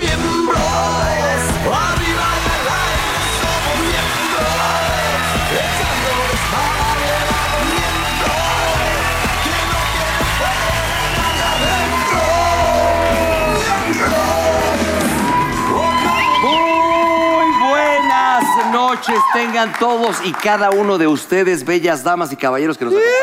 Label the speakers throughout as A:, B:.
A: Miembros, arriba del aire, somos miembros, echando desmadre, vamos miembros, que no quede
B: Muy buenas noches tengan todos y cada uno de ustedes, bellas damas y caballeros que nos acompañan.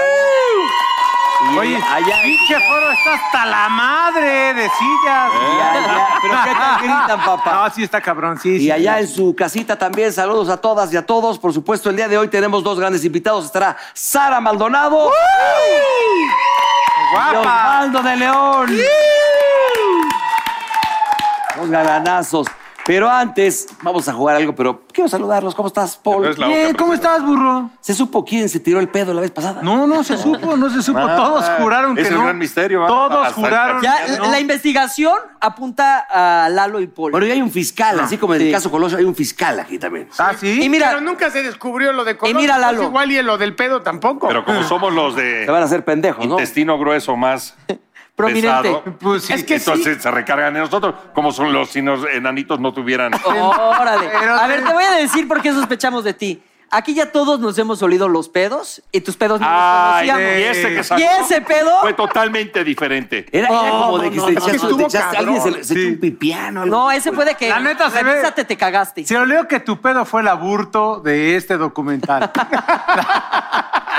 B: Y
C: Oye,
B: allá,
C: pinche foro está hasta la madre de sillas.
D: ¿Eh?
B: y allá, pero qué tal gritan, papá.
C: No, Ah, sí está cabrón, sí. sí.
B: Y allá en su casita también, saludos a todas y a todos. Por supuesto, el día de hoy tenemos dos grandes invitados. Estará Sara Maldonado y
C: Guapa.
B: Osvaldo de León. Los galanazos. Pero antes, vamos a jugar algo, pero quiero saludarlos. ¿Cómo estás, Paul?
C: Bien, ¿cómo estás, burro?
B: ¿Se supo quién se tiró el pedo la vez pasada?
C: No, no se supo, no se supo. Todos juraron que
E: es
C: no.
E: el gran misterio, ¿va?
C: Todos
E: Hasta-
C: juraron
D: Ah, Ya,
C: que
D: la-
C: no.
D: La investigación apunta a Lalo y Paul.
B: Bueno, y hay un fiscal, así como en el
D: Sí.
B: caso Colosio, hay un fiscal aquí también.
C: ¿Ah, sí?
D: Y mira,
F: Pero nunca se descubrió lo de Colón.
D: Y mira, Lalo.
F: Pues Igual y lo del pedo tampoco.
E: Pero como somos los
B: Te van
E: de
B: a hacer pendejos, ¿no?
E: intestino grueso más
D: Prominente.
E: pesado,
C: Pues sí.
F: Es que sí.
E: entonces se recargan de nosotros. Como son los si nos enanitos no tuvieran.
B: Oh,
D: órale.
C: Pero
D: A
C: sí.
D: ver, te voy a decir por qué sospechamos de ti. Aquí ya todos nos hemos olido los pedos y tus pedos no
E: Ay, y
D: los conocíamos.
E: ese que sacó
D: ¿Y ese pedo?
E: fue totalmente diferente.
B: Era, era
D: No,
B: como de que
D: no,
B: se
D: no,
B: echaste-
F: no, no.
B: te echaste- alguien se,
F: Estuvo
B: le- se echó un pipiano. algo.
D: No, ese fue de que.
C: La neta se ve-
D: revísate, te cagaste.
C: Se olvidó que tu pedo fue el aburto de este documental.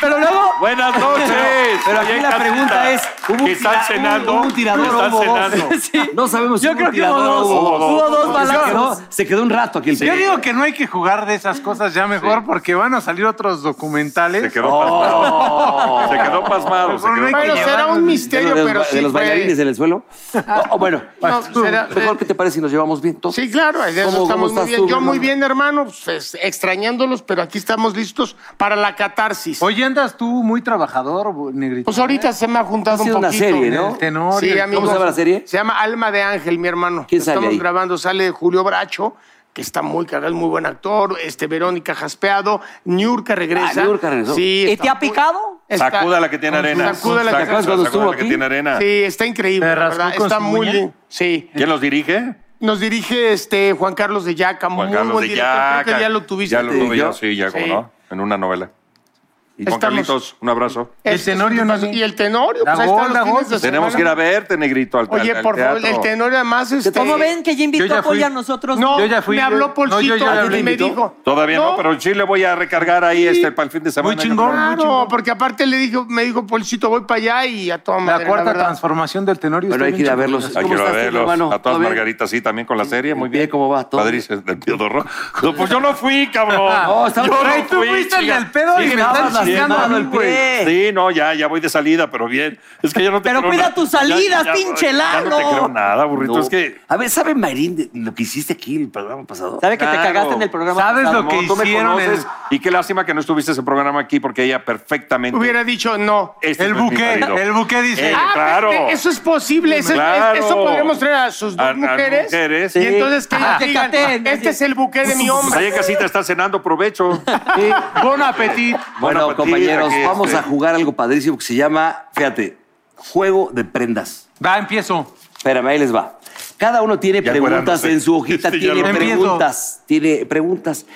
D: Pero luego.
E: Buenas noches.
B: eh, Pero aquí
E: Oye,
B: la
E: casi
B: pregunta
E: está-
B: es, ¿hubo un
E: que están
B: tira-
E: cenando.
B: hubo un tirador
E: están
B: o hubo dos?
E: cenando.
D: sí.
B: No sabemos
D: Yo
B: si hubo
D: creo
B: un
D: que hubo
B: tirador
D: dos.
B: o hubo dos.
D: Hubo dos
B: Porque se
D: balazos.
B: quedó- Se quedó un rato aquí el
C: Yo
B: pedo.
C: digo que no hay que jugar de esas cosas ya mejor porque van a salir otros documentales.
E: Se quedó
B: Oh.
E: pasmado. Se quedó pasmado. se
C: Pero no
E: quedó
C: hay que
F: Bueno,
E: pasmado.
C: llevar-
F: será un
B: ¿De
F: misterio,
B: los,
F: pero sí
B: de los
F: fue-
B: bailarines en el suelo? O- o bueno,
F: No, será-
B: mejor que te parece si nos llevamos bien todos.
F: Sí, claro, de eso
B: ¿Cómo- cómo
F: estamos muy
B: estás
F: bien.
B: tú,
F: Yo muy
B: hermano?
F: bien, hermano, pues, extrañándolos, pero aquí estamos listos para la catarsis.
C: Oye, andas tú muy trabajador, bu- negrito.
F: Pues ahorita se me ha
B: ¿eh? Ha
F: juntado un
B: sido una
F: poquito.
B: serie,
C: ¿no? El tenor y el-
F: Sí, amigo.
B: ¿Cómo se llama la serie?
F: Se llama Alma de Ángel, mi hermano.
B: ¿Quién sale
F: Estamos
B: ahí?
F: grabando, sale Julio Bracho, que está muy cagado, es muy buen actor, este Verónica Jaspeado, Niurka regresa.
B: Ah, Niurka regresó.
F: Sí,
D: ¿Y
F: está
D: te ha
F: muy-
D: picado?
F: está-
E: Sacuda la que tiene arena.
F: Sacuda la que-
E: Sacuda
B: ¿Te acuerdas cuando estuvo
E: la que
B: aquí?
E: tiene arena.
F: Sí, está increíble.
C: ¿Te
F: la
C: rascó
F: verdad,
C: con
F: Está
C: su
F: muy
C: uña?
F: bien. Sí.
E: ¿Quién los dirige?
F: Nos dirige este Juan Carlos de Yaca, muy
E: Juan Carlos
F: buen
E: de
F: director.
E: Yaca.
F: Creo que ya lo tuviste.
E: Ya lo
F: tú y
E: tuve
F: yo.
E: yo, sí, ya, como
F: Sí.
E: no, en una novela. Y Juan
F: Estamos-
E: Carlitos, un abrazo.
C: El
F: Este,
C: Tenorio
F: ¿qué
C: no
F: pasó?
C: vi.
F: Y el Tenorio,
C: La
F: pues ahí
C: Gol,
F: están
C: la
F: los fines
C: Gol.
F: de
E: Tenemos que ir
F: semana.
E: a verte, negrito, al,
F: Oye,
E: al- al
F: por favor,
E: teatro.
F: el Tenorio además este...
D: ¿Cómo ven que ya invitó
C: Yo ya
D: a Paul
C: fui.
D: y a nosotros?
F: No,
C: Yo ya fui,
F: me
C: yo-
F: habló Polcito
C: no, yo ya
F: y
C: hablé.
F: me dijo...
E: Todavía no, pero sí le voy a recargar ahí este para el fin de semana.
C: Muy chingón.
E: cabrón.
F: Claro, porque aparte le dijo, me dijo Polcito, voy para allá y a toda madre,
C: La cuarta
F: verdad.
C: transformación del Tenorio.
B: Bueno,
C: está
B: hay que
C: bien
B: ir a
C: chingona.
B: verlos.
E: Ay,
B: ¿Cómo
E: quiero
B: estás, mi
E: verlos.
B: hermano?
E: A todas
B: ¿Todo bien?
E: Margaritas, sí, también con la serie. Muy bien.
B: pie cómo va? ¿Todo
E: Padrísimo, del piodorro. No, pues yo no fui, cabrón.
B: No, estaba-
E: Yo
C: Güey, tú fuiste el
E: chinga.
C: del pedo y me
E: estaba
C: están chingando
D: Ah,
C: a
E: lastimado
C: mí,
E: el pie. Sí, no, ya, ya voy de salida, pero bien. Es que yo no te
D: Pero
E: creo
D: cuida
E: nada.
D: tus
E: Ya-
D: salidas,
E: ya-
D: pinche
E: Ya no te
D: Lalo.
E: creo nada, burrito.
B: No.
E: Es que
B: A ver, ¿sabe Marín de lo que hiciste aquí el programa pasado?
D: ¿Sabe que
E: Claro.
D: te cagaste en el programa?
C: ¿Sabes
D: pasado?
C: lo que
E: tú me
C: hicieron
E: conoces. Y qué lástima que no estuviste ese programa aquí porque ella perfectamente.
F: Hubiera dicho no.
E: Este
C: El
E: no es mi
C: buque,
E: marido.
C: el buque dice. pues,
E: Eh,
F: Ah,
E: claro.
F: espérate, Eso es posible. Eso, es-
E: Claro.
F: eso podríamos traer a sus dos
E: A- a
F: mujeres.
E: mujeres.
F: Y
E: Sí.
F: entonces que
D: Ah,
F: ellas digan,
D: Tecate,
F: este es el buque de mi
E: Pues
F: hombre.
E: ahí en casita está cenando, provecho.
C: Sí, Bon appetit.
B: Bueno,
E: Bueno,
B: compañeros,
E: aquí,
B: vamos
E: este.
B: a jugar algo padrísimo que se llama, fíjate, juego de prendas.
C: Va, empiezo.
B: Espérame, ahí les va. Cada uno tiene
E: Ya
B: preguntas
E: acuerdándose.
B: en su hojita,
E: Este ya
B: tiene
C: lo- Empiezo.
B: preguntas, tiene preguntas.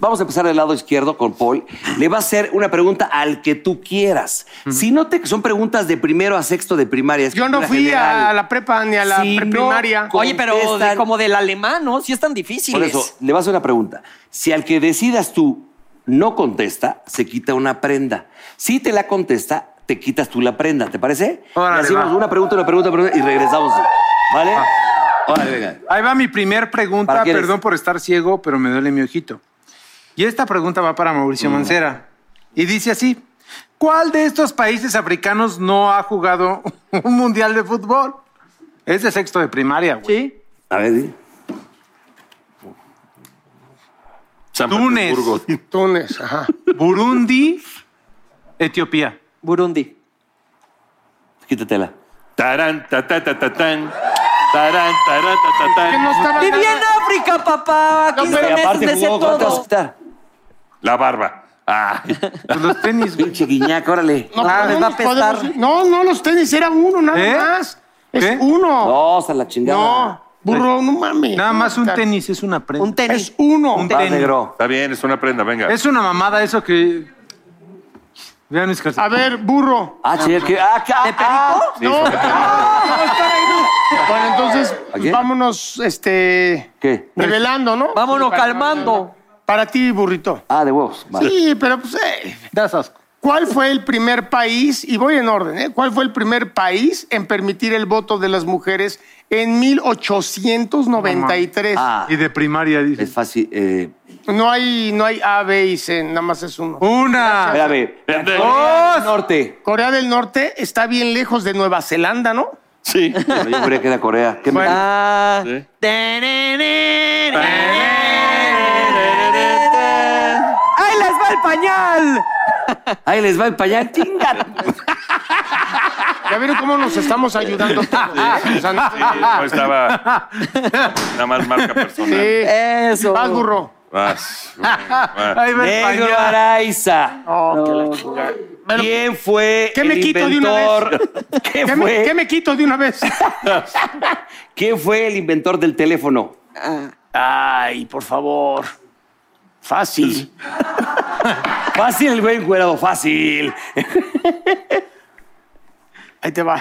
B: Vamos a empezar del lado izquierdo con Paul. Le va a hacer una pregunta al que tú quieras. Si no te son preguntas de primero a sexto de primaria. es
F: Yo no
B: cultura
F: fui a
B: general.
F: la prepa ni a la
B: Si no-
F: preprimaria.
B: Con-
D: Oye, pero de-
B: Contestan.
D: como del alemán, ¿no? Sí es tan
B: Por
D: difícil.
B: eso, le vas a hacer una pregunta. Si al que decidas tú no contesta, se quita una prenda. Si te la contesta, te quitas tú la prenda. ¿Te parece?
C: Órale,
B: Le hacemos
C: va.
B: una pregunta, una pregunta, una pregunta y regresamos. ¿Vale? Órale, venga.
C: Ahí va mi primer pregunta.
B: ¿Para qué eres?
C: Perdón por estar ciego, pero me duele mi ojito. Y esta pregunta va para
B: Mm.
C: Mauricio Mancera. Y dice así: ¿Cuál de estos países africanos no ha jugado un mundial de fútbol? Es de sexto de primaria, güey.
D: Sí.
B: A ver, di.
E: San
C: Túnez.
E: Petersburgo.
F: Túnez, ajá.
C: Burundi, Etiopía.
D: Burundi.
B: quítatela.
E: Tarán, ta, ta, ta, ta, tan. Tarán, tarán, ta, ta,
F: Que
E: tan.
F: no estaba
D: Viví en África, papá.
B: Y
D: 15 meses
B: aparte
D: me sé
B: jugó, ¿cuál te vas a
D: todo.
B: quitar?
E: La barba. Ah, Ay.
C: Pues los tenis, güey.
B: Pinche guiñaca, órale.
F: No,
D: Ah, les va a
F: podemos- podemos-
D: apestar.
F: no, no, los tenis era uno, nada
C: ¿Eh?
F: más. Es
C: ¿Qué?
F: uno.
B: No, hasta la chingada.
F: No, burro, no mames.
C: Nada más un tenis es una prenda.
D: Un tenis.
F: Es uno.
C: Un
B: Vas,
C: tenis.
B: negro.
E: Está bien, es una prenda, venga.
C: Es una mamada eso que. Vean mis calzones.
F: A ver, burro.
B: Ah, che, que. Ah, que- ah,
D: ¿De
B: ah.
D: perico?
E: Sí, son-
F: Bueno, entonces,
B: ¿A qué?
F: vámonos, este.
B: ¿Qué?
F: Revelando, ¿no?
D: Vámonos
F: Para-
D: calmando.
F: Para ti, burrito.
B: Ah, de huevos. Vale.
F: Sí, pero pues. eh,
C: Das asco.
F: ¿Cuál fue el primer país, y voy en orden, ¿eh? ¿cuál fue el primer país en permitir el voto de las mujeres en 1893?
B: Ah,
C: Y de primaria
B: es
C: dice.
B: fácil. Eh,
F: No hay, no hay A, B y C, nada más es uno.
C: Una.
B: espérame.
E: Dos.
B: Corea del Norte.
F: Corea del Norte está bien lejos de Nueva Zelanda, ¿no?
E: Sí.
B: Bueno, yo juré que era Corea. ¿Qué me-
D: Ah.
E: Sí.
D: ¡Ahí les va el pañal!
B: Ahí les va el pañal. Chinga.
F: Ya vieron cómo nos estamos ayudando. todos, ¿eh? O sea, no-
E: Sí, pues, no estaba. Nada más marca personal.
F: Sí.
D: Eso.
F: Vas, burro.
E: Vas. Vas.
C: Ahí va el
B: Negro
C: pañal.
B: Araiza.
F: Oh, que la chingada. Pero,
B: ¿Quién fue
F: ¿Qué me
B: el
F: quito de una
B: inventor? ¿Qué,
F: ¿Qué,
B: fue?
F: me, qué me quito de una vez?
B: ¿Quién fue el inventor del teléfono? Ah.
F: Ay, por favor. Fácil.
B: Fácil, el güey encuerado, fácil.
F: Ahí te va.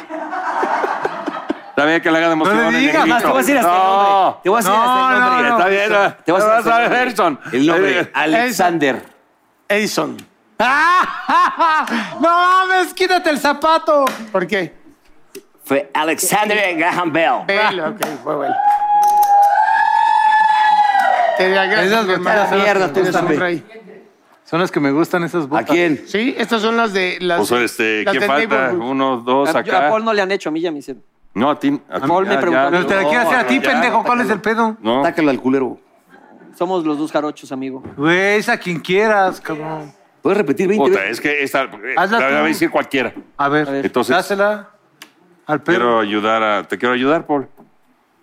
E: Está bien que le haga de emoción.
C: No le
E: el
C: digas,
E: negrito.
B: Te voy a decir hasta el nombre. Te voy a decir hasta el
C: No,
B: nombre.
C: no,
E: Está bien. eh.
B: Te voy a decir hasta el
E: Harrison.
B: nombre. El nombre, Alexander.
F: Edison.
C: ¡Ah! ¡No mames! ¡Quítate el zapato!
F: ¿Por qué?
B: Fue Alexander Graham Bell.
F: Bell, ok, fue bueno. Te da gracias,
C: Esas
F: mi
C: botas
F: hermano.
C: son las
B: mierda, tú
F: Eres un
B: también.
F: rey.
C: Son las que me gustan esas
B: ¿A
C: botas.
B: quién?
F: Sí, estas son las de las.
E: Pues este,
F: las
E: ¿quién
F: del
E: falta?
F: neighborhood.
E: Uno, dos,
D: A, yo- a
E: acá.
D: Paul no le han hecho, a mí ya me hicieron.
E: No, a ti. A ti,
D: Paul me
E: ya,
D: preguntó.
E: ya.
C: Pero te la quiero hacer a ti,
E: Ya.
C: pendejo. ¿Cuál es el pedo?
E: No.
B: Sácalo al culero.
D: Somos los dos jarochos, amigo.
C: Güey, es a quien quieras, cabrón.
B: ¿Puedes repetir 20
E: Puta,
B: veces?
E: es que esta. eh, La
C: Hazla
E: voy a
C: tú.
E: decir cualquiera.
C: A ver,
E: Entonces-
C: dásela al
E: Quiero
C: pedo.
E: ayudar a. Te quiero ayudar, Paul.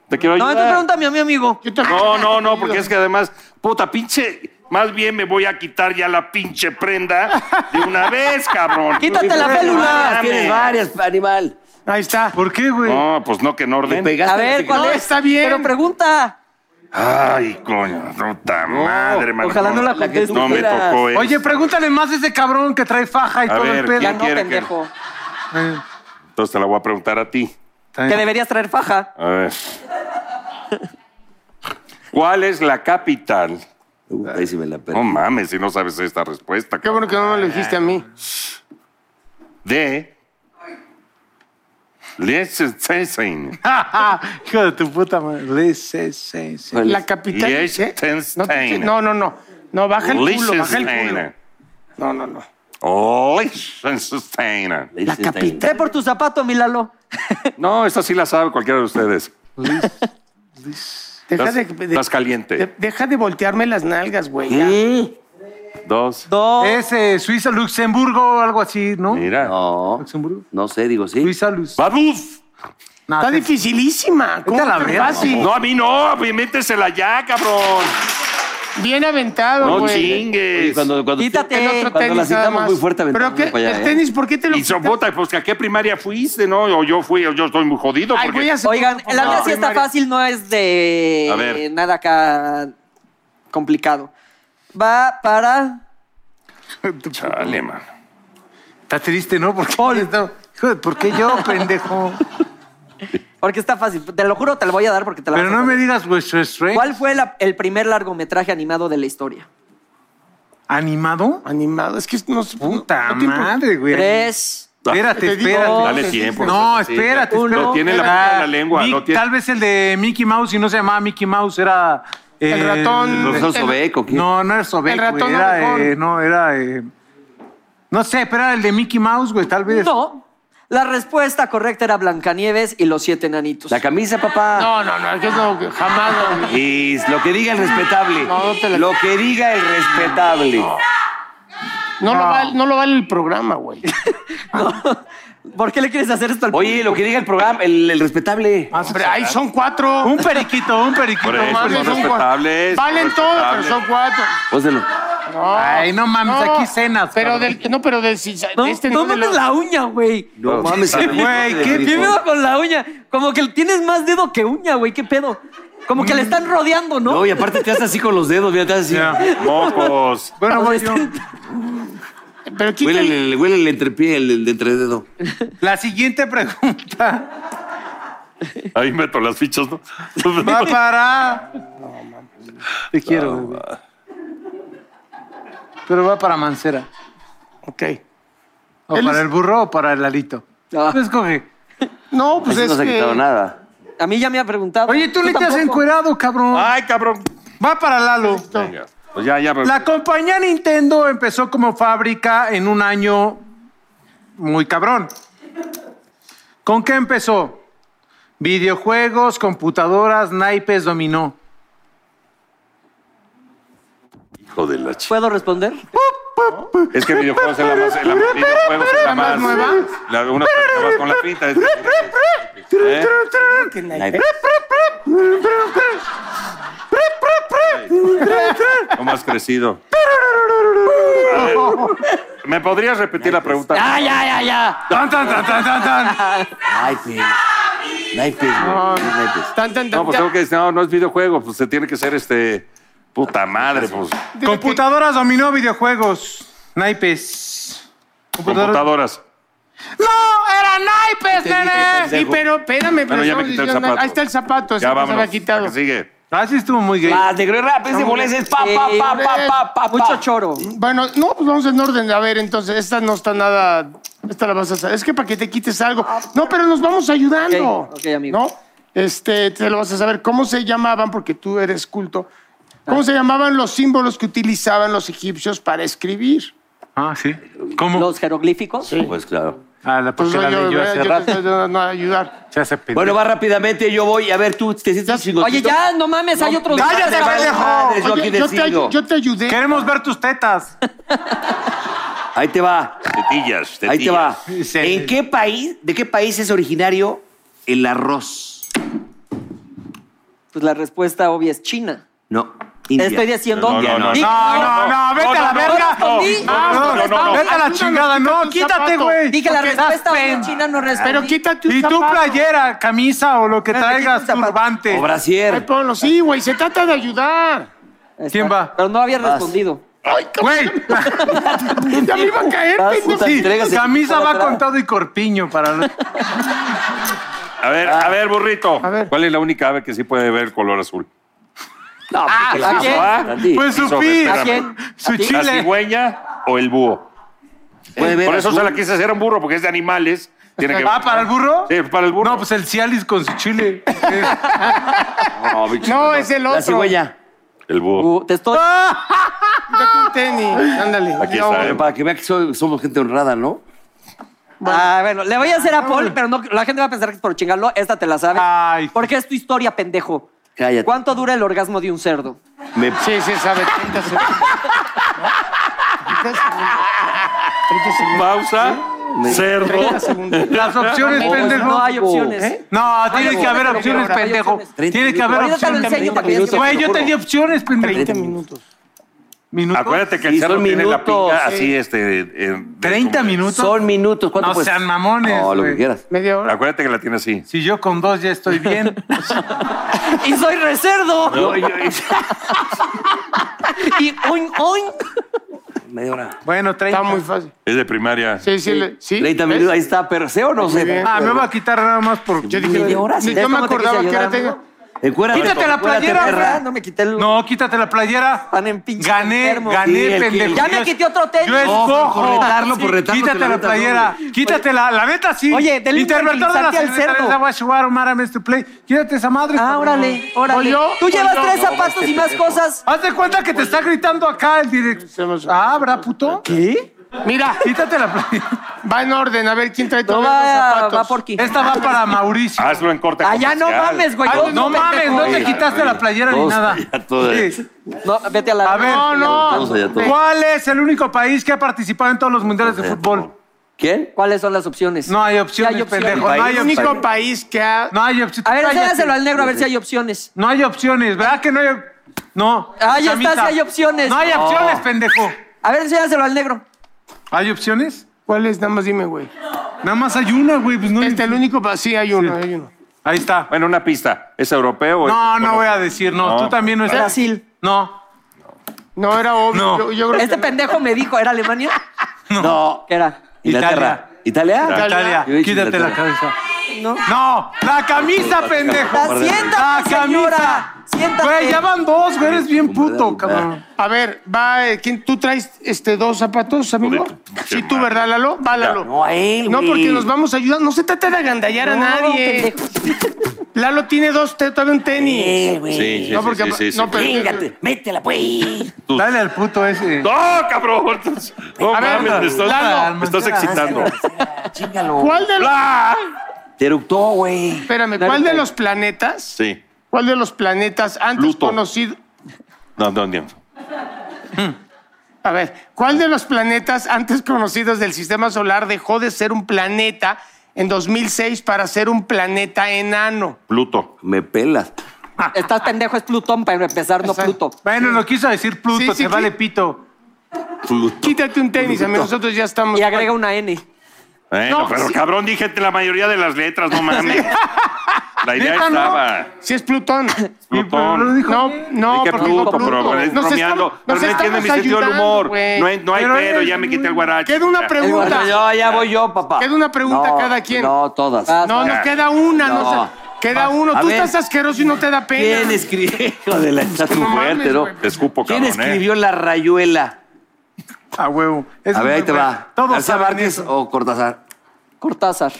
E: Te quiero
D: No,
E: ayudar.
D: entonces Ah, pregúntame a mi amigo.
F: Yo te-
E: No, no, no, porque es que además, puta pinche, más bien me voy a quitar ya la pinche prenda de una vez, cabrón.
D: Quítate la
B: Varias,
D: pélula.
B: Tienes varias, animal.
F: Ahí está.
C: ¿Por qué, güey?
E: No, pues no, que no
B: Le
E: orden.
B: pegaste
D: A
B: en la
D: ver, ¿cuál
F: No,
D: es?
F: está bien.
D: Pero pregunta.
E: Ay, coño, puta madre, madre.
D: ojalá no la contestes.
E: No me tocó eso.
C: Oye, pregúntale más a ese cabrón que trae faja y
E: pues. A
C: todo
E: ver,
C: el pedo.
D: Ya
E: ¿quién
D: no,
E: quiere que-
D: pendejo.
C: Eh,
E: Entonces te la voy a preguntar a ti.
C: está
D: Que
C: bien.
D: deberías traer faja.
E: A ver. ¿Cuál es la capital?
B: Puta, ahí sí me la
E: No
B: perdí.
E: mames, si no sabes esta respuesta.
F: Qué bueno que no me lo dijiste a mí.
E: De. Liechtenstein.
C: Hijo de tu puta madre. Le- se- se- se.
B: Vale.
F: La capital. ¿eh? No, te-
E: Liechtenstein.
F: no, no, no. No, baja el culo, baja el culo.
E: Liechtenstein.
F: No, no, no.
E: Liechtenstein.
F: La capital.
D: Trae por tu zapato, mi Lalo.
E: No, esta sí la sabe cualquiera de ustedes.
F: Deja
E: Estás,
F: de, de-
E: estás caliente.
F: de- deja de voltearme las nalgas, güey. ya.
B: ¿Qué?
E: Dos.
D: No.
C: Es eh, Suiza, Luxemburgo o algo así, ¿no?
E: Mira.
B: No,
C: Luxemburgo.
B: no sé, digo sí.
C: Suiza, Luz.
E: ¡Baduf!
C: No,
F: Está
C: te-
F: dificilísima. ¿Cómo
C: Vete a la
F: tan
C: verga,
F: fácil?
E: No, a mí no, pues, métesela ya, cabrón.
F: Bien aventado,
E: No
F: güey.
E: chingues.
B: Cuando, cuando,
D: Quítate.
F: el otro
B: cuando
F: tenis
B: la
F: nada
B: citamos
F: más.
B: muy fuerte,
F: Pero
B: aventamos
F: qué,
B: para allá,
F: el
B: ¿eh?
F: tenis, ¿por qué te lo
E: Y son
F: quitas?
E: puta, pues que a qué primaria fuiste, ¿no? O yo fui, o yo estoy muy jodido.
F: Ay,
E: porque-
F: güey, ya se-
D: Oigan, la mía sí está
F: Primaria.
D: fácil, no es de
E: A ver.
D: nada acá complicado. va para.
E: Chale, mano.
C: Está triste, ¿no? Porque ¿Por qué yo, pendejo?
D: Porque está fácil. Te lo juro, te lo voy a dar porque te la
C: Pero
D: vas a
C: no me
D: saber.
C: digas vuestro estrés.
D: ¿Cuál fue la- el primer largometraje animado de la historia?
C: ¿Animado?
F: Animado. Es que no se
C: Puta
F: no tiempo.
C: madre, güey.
D: Tres.
C: Espérate,
F: Te digo,
C: espérate.
E: Dale tiempo.
C: No,
E: sí,
C: espérate.
E: Lo
C: espérate.
E: tiene la punta de la lengua.
C: Mick-
E: lo tiene-
C: Tal vez el de Mickey Mouse, y no se llamaba Mickey Mouse, era. eh,
F: El ratón.
B: ¿Profesor
F: el-
B: Sobeck o quién?
C: No, no era Sobek,
F: El
C: güey,
F: ratón
C: Era,
F: orejón.
C: eh, no, era. eh, no sé, pero era el de Mickey Mouse, güey, tal
B: Pues,
C: vez.
D: No. La respuesta correcta era Blancanieves y los siete enanitos.
B: La camisa, papá.
F: No, no, no, que no, jamás. no.
B: Y lo que diga el respetable.
F: No, no te la-
B: Lo que diga el respetable.
F: No, Lo vale, no lo vale el programa, güey.
D: ¿Por qué le quieres hacer esto al
B: Oye, lo que diga el programa, el, el respetable.
F: Hombre, ahí son cuatro.
C: Un periquito, un periquito.
E: Por eso,
C: mames,
E: son
C: un-
E: respetables.
F: Valen
E: son
F: todos, pero
E: respetables.
F: son cuatro.
B: Póselo.
F: No,
C: Ay, no mames, aquí cenas,
F: Pero
C: cabrón.
F: del, no, pero del, si- de
D: No,
F: este
D: no
F: de
D: mames
F: los-
D: la uña, güey.
B: No mames,
C: güey, qué
D: ¿Qué pedo con la uña? Como que tienes más dedo que uña, güey. ¿Qué pedo? Como que le están rodeando, ¿no?
B: Mm. No, y aparte te haces así con los dedos, mira, te haces así.
C: Ya.
E: Mocos.
C: Bueno, voy
D: Entonces,
C: yo.
F: Pero quita el-
B: Huele el, huele el entrepié, el, el de entrededo.
F: Pues
C: La siguiente pregunta
E: Ahí meto las fichas, ¿no?
C: va para. Te quiero, güey. Pero va para Mancera.
F: Ok.
C: ¿O
F: Él
C: para
F: es-
C: el burro o para el alito?
D: Ah.
C: Tú escoge.
F: No, pues
B: Ese
F: es
B: no se ha
F: que-
B: quitado nada.
D: A mí ya me ha preguntado.
C: Oye, tú ni te has
D: tampoco.
C: encuerado, cabrón.
E: Ay, cabrón.
C: Va para Lalo.
E: Venga. Pues ya, ya.
C: La compañía Nintendo empezó como fábrica en un año muy cabrón. ¿Con qué empezó? Videojuegos, computadoras, naipes, dominó.
E: Hijo de la chica.
D: ¿Puedo responder?
E: Es que videojuegos es la más. es La, videojuegos es la más. La, una que vas con la pinta. es- ¿Eh? ¿Cómo has crecido? A ver, ¿Me podrías repetir la pregunta?
D: Ya, ya, ya, ya.
C: Tan, tan, tan, tan, tan, tan.
B: Naipes. Naipes, güey. Naipes.
F: Tan, tan, tan,
E: No, pues
F: ya.
E: tengo que decir, no, no es videojuego, pues se tiene que ser este. Puta madre, pues.
F: Dile
C: Computadoras, dominó, videojuegos, naipes.
E: Computadoras.
C: ¡No! ¡Era naipes,
F: que-
C: nene!
F: Sí, pero espérame, pues pero
E: Bueno, ya me
F: estamos
E: quité el
F: diciendo-
E: zapato.
F: Ahí está el zapato, ese
E: Ya
F: no se
E: vámonos.
F: había quitado.
E: la que Sigue.
C: Así estuvo muy gay.
B: Ah, negro y rap, ese bolés es pa, pa, pa, pa, pa, pa.
D: Mucho choro.
F: Bueno, no, pues vamos en orden. A ver, entonces, esta no está nada. Esta la vas a saber. Es que para que te quites algo. No, pero nos vamos ayudando.
D: Ok, ok, amigo.
F: ¿No? Este, te lo vas a saber. ¿Cómo se llamaban? Porque tú eres culto.
D: Ah.
F: ¿Cómo se llamaban los símbolos que utilizaban los egipcios para escribir?
C: Ah, sí. ¿Cómo?
D: Los jeroglíficos.
B: Pues claro.
C: Ah, la
F: Pues
C: porque la
F: yo,
C: leí yo hace
F: yo te
C: rato.
F: estoy dando a ayudar.
C: Se hace pendejo.
B: Bueno, va rápidamente, yo voy. A ver, tú te sientes chingón.
D: Oye, ya, no mames, hay otros.
C: ¡Cállate,
D: lugares, cabrón.
C: pendejo!
B: Madres, yo
F: Oye,
B: aquí
F: yo, te,
B: decido.
F: ayu- yo te ayudé.
C: Queremos ver tus tetas.
B: Ahí te va.
E: Tetillas, tetillas.
B: Ahí te va.
C: Sí.
B: ¿En qué país, de qué país es originario el arroz?
D: Pues la respuesta obvia es China.
B: No.
D: Te
B: India.
D: estoy diciendo.
E: No, no, no,
D: Ni-
C: No, no, no, vete a la verga.
D: no,
C: Ah,
D: no,
C: no,
D: no,
C: no,
D: no.
C: Vete a la
F: Ayúdanos,
C: chingada, no,
F: quítate un
C: quítate,
F: zapato.
C: güey.
D: Dije la
C: Porque estás
D: respuesta obvia
C: pen-
D: China no respondí.
F: Pero quítate un
C: Y tu
F: zapato.
C: playera, camisa o lo que
D: Me metí
C: traigas,
D: un zapato.
C: turbante.
B: O
F: Ay,
B: brasier.
F: ponlo. Sí, güey, se trata de ayudar.
D: Ahí está.
C: ¿Quién va?
D: Pero no había respondido.
F: Ay,
C: Güey,
F: ya me iba a caer,
D: Vas,
F: pendejo.
D: puta,
C: sí,
D: entregas el
C: camisa
D: equipo
C: va
D: lateral.
C: con todo y corpiño para los-
E: A ver,
D: Ah.
E: a ver, burrito.
F: A ver.
E: ¿Cuál es la única ave que sí puede ver el color azul?
B: No, porque
D: ¿a
B: lo
D: quién?
B: hizo, ¿ah?
C: Pues su
E: Eso,
C: pi,
E: espérame.
D: quién?
C: su
D: ¿A ti?
E: ¿La
C: chile.
E: cigüeña o el búho?
B: Puede ver
E: Por eso
B: azul.
E: se la quise hacer a un burro, porque es de animales. Tiene que
C: ¿Va ¿Ah, para el burro?
E: Sí, para el burro.
C: No, pues el Cialis con su chile.
E: No, bicho.
F: No, es el otro.
B: La cigüeña.
E: El búho.
D: Uh, Te estoy.
F: Quítate un tenis. Ándale.
E: Aquí
F: Ya,
E: está.
B: Pero
E: ¿eh?
B: para que vea que soy- somos gente honrada, ¿no?
D: Ah, bueno, le voy a hacer a Paul, pero no, la gente va a pensar que es por chingarlo. Esta te la sabe.
C: Ay.
D: Porque es tu historia, pendejo.
B: Cállate.
D: ¿Cuánto dura el orgasmo de un cerdo?
B: Me-
F: Sí, sí, sabe. 30 segundos.
E: Pausa. Cerdo.
F: 30 segundos.
C: Las opciones, pendejo.
D: No hay opciones.
C: No, tiene
D: Oye,
C: que haber
D: pero
C: opciones,
D: ahora hay
C: pendejo.
D: opciones.
C: Tiene que haber
D: Ahorita te lo
C: opciones.
D: enseño para que veas que-
C: Güey, yo tenía opciones, pendejo.
F: 30 minutos.
C: ¿Minutos?
E: Acuérdate que el
B: Sí,
E: cerdo
B: son
E: tiene la
B: minutos.
E: pinga así, este. en- de-
C: 30
E: como-
C: minutos.
B: Son minutos. ¿Cuánto
C: No
B: pues?
C: sean mamones,
B: No, lo que
C: güey.
B: quieras.
F: Media hora.
E: Acuérdate que la tiene así.
C: Si yo con dos ya estoy bien.
D: Y soy recerdo.
B: Yo- yo-
D: y oin, oin.
B: Media hora.
C: Bueno, 30.
F: Está muy fácil.
E: Es de primaria.
F: Sí, sí, le- sí.
B: 30
F: ¿ves?
B: minutos, ahí está, pero ¿sé o no
F: Muy
B: sé?
F: bien.
C: Ah, me va a quitar nada más por.
F: Yo dije,
D: Media hora,
F: ni
D: ¿ves
F: yo me
D: cómo te quise
F: acordaba que era
D: ayudar,
F: tengo.
D: amigo?
B: Encuérdate,
C: Quítate la
B: encuérdate,
C: playera,
B: perra.
C: Fran.
D: Ah, No me quité el...
C: No, quítate la playera.
D: Están en pinche
C: Gané,
D: enfermos.
C: gané,
B: Sí, el
C: pendejo.
D: Ya me quité otro tenis.
C: Yo
B: No, por
C: escojo.
B: retarlo, por retarlo, te
C: Quítate
B: la
C: la,
B: metas,
C: playera.
B: hombre.
C: Quítatela. La neta sí.
D: Oye, denle un
C: Interpretado de la
D: tranquilizante al
C: secretaria
D: cerdo.
C: de Aguashuar, Omar Ames to Play. Quítate esa madre.
D: Ah,
C: cabrón.
D: órale, órale.
F: yo?
D: Tú
F: ¿Voy
D: llevas
F: yo?
D: tres
F: No,
D: zapatos y más cosas.
C: Haz de cuenta que te está gritando acá el director. Ah, ¿verdad, puto?
D: ¿Qué?
F: Mira,
C: Quítate la playera.
F: va en orden, a ver quién trae
D: No
F: todos los
D: va,
F: zapatos.
D: va por aquí.
C: Esta va para Mauricio.
E: Hazlo en corte.
D: Ah, ya no
E: comercial.
D: mames, güey.
C: Ay,
D: Yo
C: no mames, no te
E: Oye,
C: quitaste
E: oye,
C: la playera ni
E: todos
C: nada.
E: allá, todos allá.
C: Sí.
D: No, vete a la...
C: A ver.
F: No,
B: Todos allá,
F: no.
B: todos.
C: ¿Cuál es el único país que ha participado en todos los mundiales de fútbol?
B: ¿Quién?
D: ¿Cuáles son las opciones?
C: No hay
D: Sí
C: opciones,
D: hay opciones.
C: pendejo. No hay
F: El
C: opciones.
F: único país que ha...
C: No hay opciones.
D: A ver,
C: Cállate.
D: enséñaselo al negro a ver si hay opciones.
C: No hay opciones, ¿verdad que no hay? op- No.
D: Ah, ya
C: Samita.
D: está, sí hay opciones.
C: No hay opciones, pendejo.
D: A ver, enséñaselo al negro.
C: ¿Hay opciones?
F: ¿Cuál es? Nada más dime, güey.
C: Nada más hay una, güey. Pues no hay-
F: Este, el único país... Sí, hay uno, hay uno.
C: Ahí está.
E: Bueno, una pista. ¿Es europeo o es
C: No, no
E: desconocido?
C: voy a decir, no.
E: No.
C: Tú también no estás.
D: Brasil.
C: No.
F: No, era obvio.
C: No.
F: Yo, yo creo
D: Este
F: que...
D: pendejo me dijo, ¿era Alemania?
B: No.
D: ¿Qué era?
B: Inglaterra. ¿Italia?
F: Ah,
C: Italia,
B: Yo he dicho
C: quítate la
B: Inglaterra.
C: cabeza.
D: No.
C: No, la camisa, pendejo.
D: La siéntate,
C: La
D: señora. Siéntate.
C: Güey, ya van dos, güey. Eres bien puto,
B: Hombre,
C: cabrón.
F: A ver, va... eh, ¿quién, ¿Tú traes este, dos zapatos, amigo?
E: Joder, pinche
F: Sí, tú,
E: madre.
F: ¿verdad, Lalo? Va, Lalo.
B: No, a él,
F: No,
B: güey.
F: porque nos vamos a ayudar. No se trata de agandallar a
D: No,
F: nadie.
D: pendejo.
F: Lalo tiene dos, te- todavía un tenis.
B: Eh, güey.
E: Sí, sí,
F: No,
E: sí,
F: porque-
E: sí, sí, sí.
F: no, pero-
B: Véngate, métela, pues.
C: Dale al puto ese.
E: ¡No, cabrón! No
F: A ver,
E: mames, me estás,
C: Lalo.
E: me estás excitando.
B: Chíngalo.
F: ¿Cuál de los...
B: Te eructó, güey.
F: Espérame, ¿cuál de los planetas?
E: Sí.
F: ¿Cuál de los planetas antes
E: Pluto.
F: conocido...
E: No, no, no.
F: A ver, ¿cuál de los planetas antes conocidos del sistema solar dejó de ser un planeta en 2006 para ser un planeta enano?
E: Pluto.
B: Me pelas.
D: Estás pendejo, es Plutón para empezar, no
F: Exacto.
D: Pluto.
C: Bueno, no quiso decir
F: Sí,
C: Pluto,
F: sí,
C: te vale
F: sí.
C: pito.
E: Pluto.
F: Quítate un tenis, amigo, nosotros ya estamos.
D: Y agrega una N.
E: Bueno,
F: No,
E: pero
F: sí.
E: cabrón, dije la mayoría de las letras, no mames. La idea
C: Neta, no.
E: estaba.
F: Si es Plutón.
C: pero lo
E: Plutón.
C: dijo.
F: No, no,
E: Dije
F: porque
E: Pluto,
F: dijo
E: pero
F: Pluto.
E: es
F: Nos
E: bromeando.
F: estamos-
E: pero
F: nos
E: no entiende mi
F: estamos
E: sentido del
F: ayudando,
E: humor.
F: güey.
E: No hay, no hay
C: Pero
E: pedo,
C: eres
E: ya me quité el guarache.
F: Queda una
E: Ya.
F: pregunta.
B: Bueno, yo, ya voy yo, papá.
F: Queda una pregunta cada quien. Ah,
B: No, todas.
D: Vas,
F: No,
D: vas.
F: nos queda una, no,
B: No.
F: sé. Queda uno.
B: A
F: Tú
B: ver.
F: estás asqueroso y no te da pena.
B: ¿Quién escribió? Hijo de la está tu
F: No mames,
B: fuerte, ¿no?
F: güey.
E: Te escupo,
B: ¿Quién
E: cabrón, ¿eh?
B: escribió la rayuela?
C: A huevo. Es
B: A ver, ahí
C: muy
B: te
C: bueno.
B: va.
C: Todos
B: ¿García
C: saben
B: Márquez
C: eso.
B: o Cortázar?
D: Cortázar.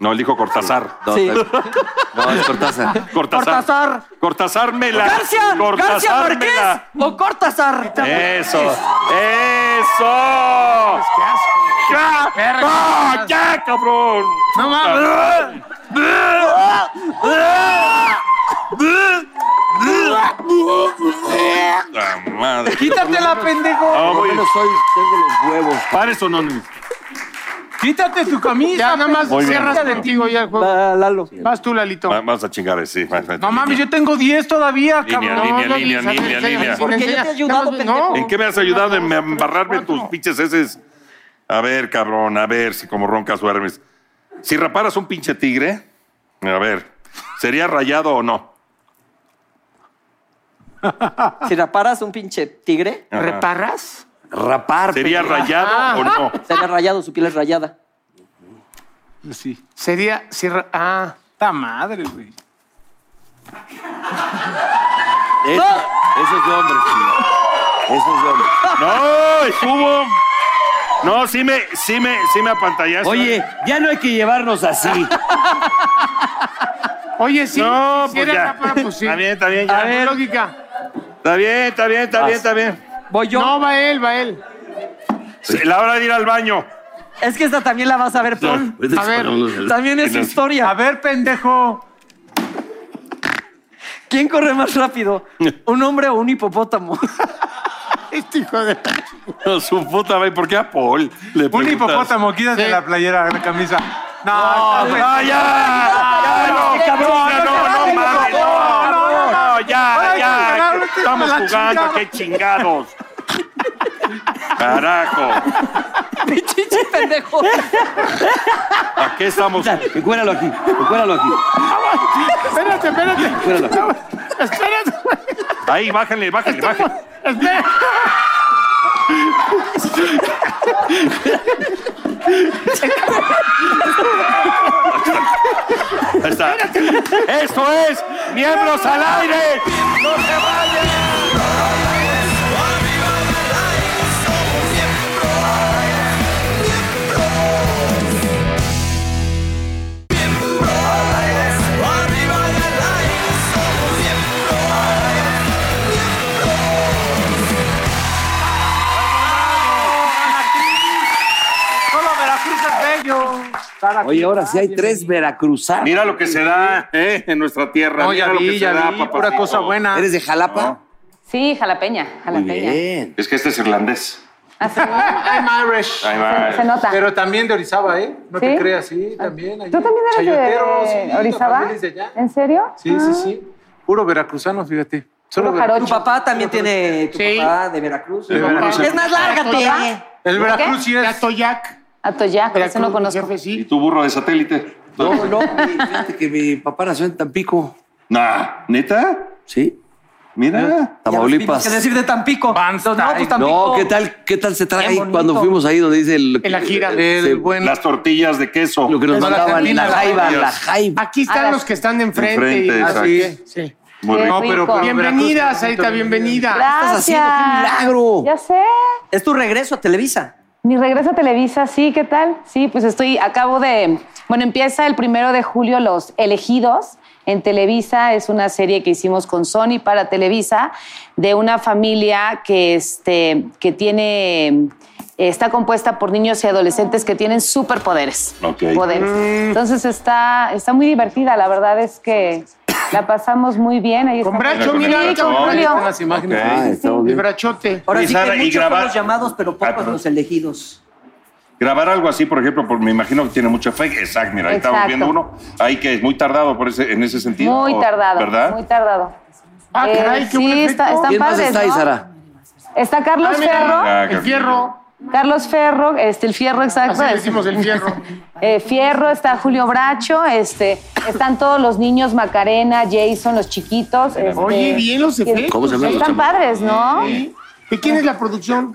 E: No, él dijo Cortázar.
B: No,
D: Sí.
B: no, es Cortázar.
E: Cortázar.
D: Cortázar.
E: Cortázar Mela.
D: García, García
E: Cortázar Eh,
D: Márquez
E: Mela.
D: o Cortázar.
C: Eh,
E: Eso. Eso.
F: Qué asco.
E: ¡Ya! ¡Ah, ¡Ya, cabrón!
C: No mames.
E: ¡La madre!
C: Quítatela, pendejo.
E: Ah,
B: Por
E: voy.
B: lo menos soy, tengo los huevos.
E: Pares o no. no.
C: Quítate tu camisa.
F: Ya, nada más
E: Muy bien.
F: cierras contigo ya el juego.
D: Va, Lalo.
F: Vas tú, Lalito.
E: Va- Vamos a chingar, eh, sí.
C: No mames, yo tengo 10 todavía,
E: Línea,
C: cabrón.
E: línea,
F: no,
E: línea,
F: Luis, a ver,
E: línea,
F: enseña,
E: línea.
F: enseña.
D: Porque yo te he ayudado,
F: No,
D: pendejo.
E: ¿En qué me has ayudado? En embarrarme tus pinches heces. A ver, cabrón, a ver si como roncas duermes. Si raparas un pinche tigre, a ver, ¿sería rayado o no?
D: Si raparas un pinche tigre,
C: Ah.
E: Ajá.
F: ¿Reparras?
B: Rapar.
E: ¿Sería
B: pendejo.
E: rayado o no?
D: se le ha rayado, su piel es rayada.
C: Sí.
F: Sería. si ra- ah.
C: Está madre, güey.
B: Eso, eso es de hombres, tío. Eso es de hombres.
E: ¡No! ¡Estuvo! No, sí me, sí me, sí me apantallaste.
B: Oye, ya no hay que llevarnos así.
F: Oye, sí.
E: No,
F: si
E: pues
F: era
E: ya.
F: rapar, pues sí.
E: Está bien, está bien, ya.
F: A ver, lógica.
E: Está bien, está bien, está bien, está bien.
D: Voy yo.
F: No, va él, va él.
E: Sí, La hora de ir al baño.
D: Es que esta también la vas a ver, Paul.
F: A ver,
D: También es historia.
C: A ver, pendejo.
D: ¿Quién corre más rápido? ¿Un hombre o un hipopótamo?
F: este hijo de.
E: No, su puta madre, ¿por qué a Paul? Le
C: Un
E: preguntas?
C: hipopótamo, quítate
F: Sí.
C: la playera, la camisa. No, no,
E: ¡Ah, ya! ¡Ya no, cabrón! ¡No, no mames! ¡No, no, no! ¡Ya, ya! Estamos jugando, qué chingados. Carajo,
D: Pinche pendejo.
E: ¿a qué estamos?
B: Encuéralo aquí, encuéralo aquí.
F: Espérate, espérate.
B: Encuéralo.
F: Espérate.
E: Ahí, bájale, bájale, bájale.
F: Espera.
E: Ahí está. Esto es Miembros al Aire.
C: Solo Veracruz es bello.
B: Oye, ahora sí hay tres veracruzanos.
E: Mira lo que se da eh, en nuestra tierra.
C: No,
E: Mira
C: ya
E: lo que
C: vi,
E: se
C: ya
E: da,
C: vi,
E: papacito.
C: pura cosa buena.
B: ¿Eres de Jalapa?
G: Sí, jalapeña,
B: Muy
G: jalapeña.
B: bien.
E: Es que este es irlandés.
G: Así,
C: I'm Irish.
E: Ahí
G: se, se
E: va.
G: nota.
C: Pero también de Orizaba, ¿eh? No te
G: ¿Sí?
C: creas, sí, también. ahí.
G: ¿Tú también eres
C: Chayoteros,
G: de
C: sí,
G: Orizaba?
C: también es de allá.
G: ¿En serio?
C: Sí,
G: Ah.
C: sí, sí. Puro veracruzano, fíjate. Solo
G: Puro
C: Veracruz.
D: Tu papá también tiene. Tu
F: Sí.
D: papá de Veracruz.
C: De Veracruz.
D: Es más, lárgate.
C: El Veracruz sí es.
F: Atoyac.
G: Atoyac, eso no
F: Veracruz,
G: conozco.
F: jefe, sí.
E: ¿Y tu burro de satélite?
B: No, no, fíjate que mi papá nació en Tampico.
E: Nah, ¿neta?
B: Sí.
E: Mira.
D: ¿Qué
B: Tamaulipas.
D: decir de Tampico?
C: Banstein.
D: No, pues Tampico.
B: No, ¿qué tal, qué tal se trae
D: Qué
B: ahí
D: bonito.
B: cuando fuimos ahí donde dice el,
F: En la gira.
E: Eh,
B: el-
C: El buen.
E: Las tortillas de queso.
B: lo que nos
C: Eso, la
B: mandaban
C: Argentina,
B: la jaiba,
E: Dios.
B: la jaiba.
F: Aquí están
G: A
F: los
G: las-
F: que están enfrente.
E: Enfrente,
F: y-
E: exacto.
F: así es, sí.
E: Muy
G: Qué
E: rico.
C: No, pero
G: rico.
C: con
F: Bienvenida,
C: Veracruz,
F: Sarita, bienvenida.
G: Gracias.
B: ¿Qué estás haciendo? ¡Qué milagro!
G: Ya sé.
D: Es tu regreso a Televisa.
G: Mi regreso a Televisa, sí, ¿qué tal? Sí, pues estoy, acabo de, bueno, empieza el primero de julio Los Elegidos en Televisa, es una serie que hicimos con Sony para Televisa, de una familia que, este, que tiene, está compuesta por niños y adolescentes que tienen superpoderes.
E: Ok.
G: Poderes.
F: Mm.
G: Entonces está, está muy divertida, la verdad es que la pasamos muy bien. Ahí
F: Con
G: está.
F: Bracho,
E: Mira,
F: mira,
E: con
F: ahí
E: Bracho.
F: con- ahí
G: Julio.
F: están las imágenes.
E: Ok.
B: Ah, estamos
F: El
B: bien.
F: brachote.
D: Ahora
E: Oye,
D: sí
E: Sara,
D: que
E: y
D: muchos
E: grabar-
D: son los llamados, pero
E: Ah,
D: pocos
E: perdón.
D: los elegidos.
E: Grabar algo así, por ejemplo, por, me imagino que tiene mucho efecto. Exacto, mira, ahí estamos
G: Exacto.
E: viendo uno. Ahí que es muy tardado por ese, en ese sentido.
G: Muy
E: o-
G: tardado,
E: ¿Verdad?
G: muy tardado.
F: Ah,
G: Eh,
F: caray, qué
G: sí,
F: buen efecto.
G: está- están
B: ¿Quién más
G: padres,
B: está ahí,
G: ¿no?
B: Sara?
G: Está Carlos
F: Ah, mira,
G: Ferro.
E: Ah,
F: El
E: Carlos.
F: fierro.
G: Carlos Ferro, este, el Fierro, exacto.
F: Así le decimos el fierro.
G: Eh, Fierro, está Julio Bracho, este, están todos los niños, Macarena, Jason, los chiquitos. este,
F: Oye, bien los efectos.
B: ¿Cómo se ven los
G: Están
B: chamacos?
G: padres, ¿no?
F: Sí. ¿De quién es la producción?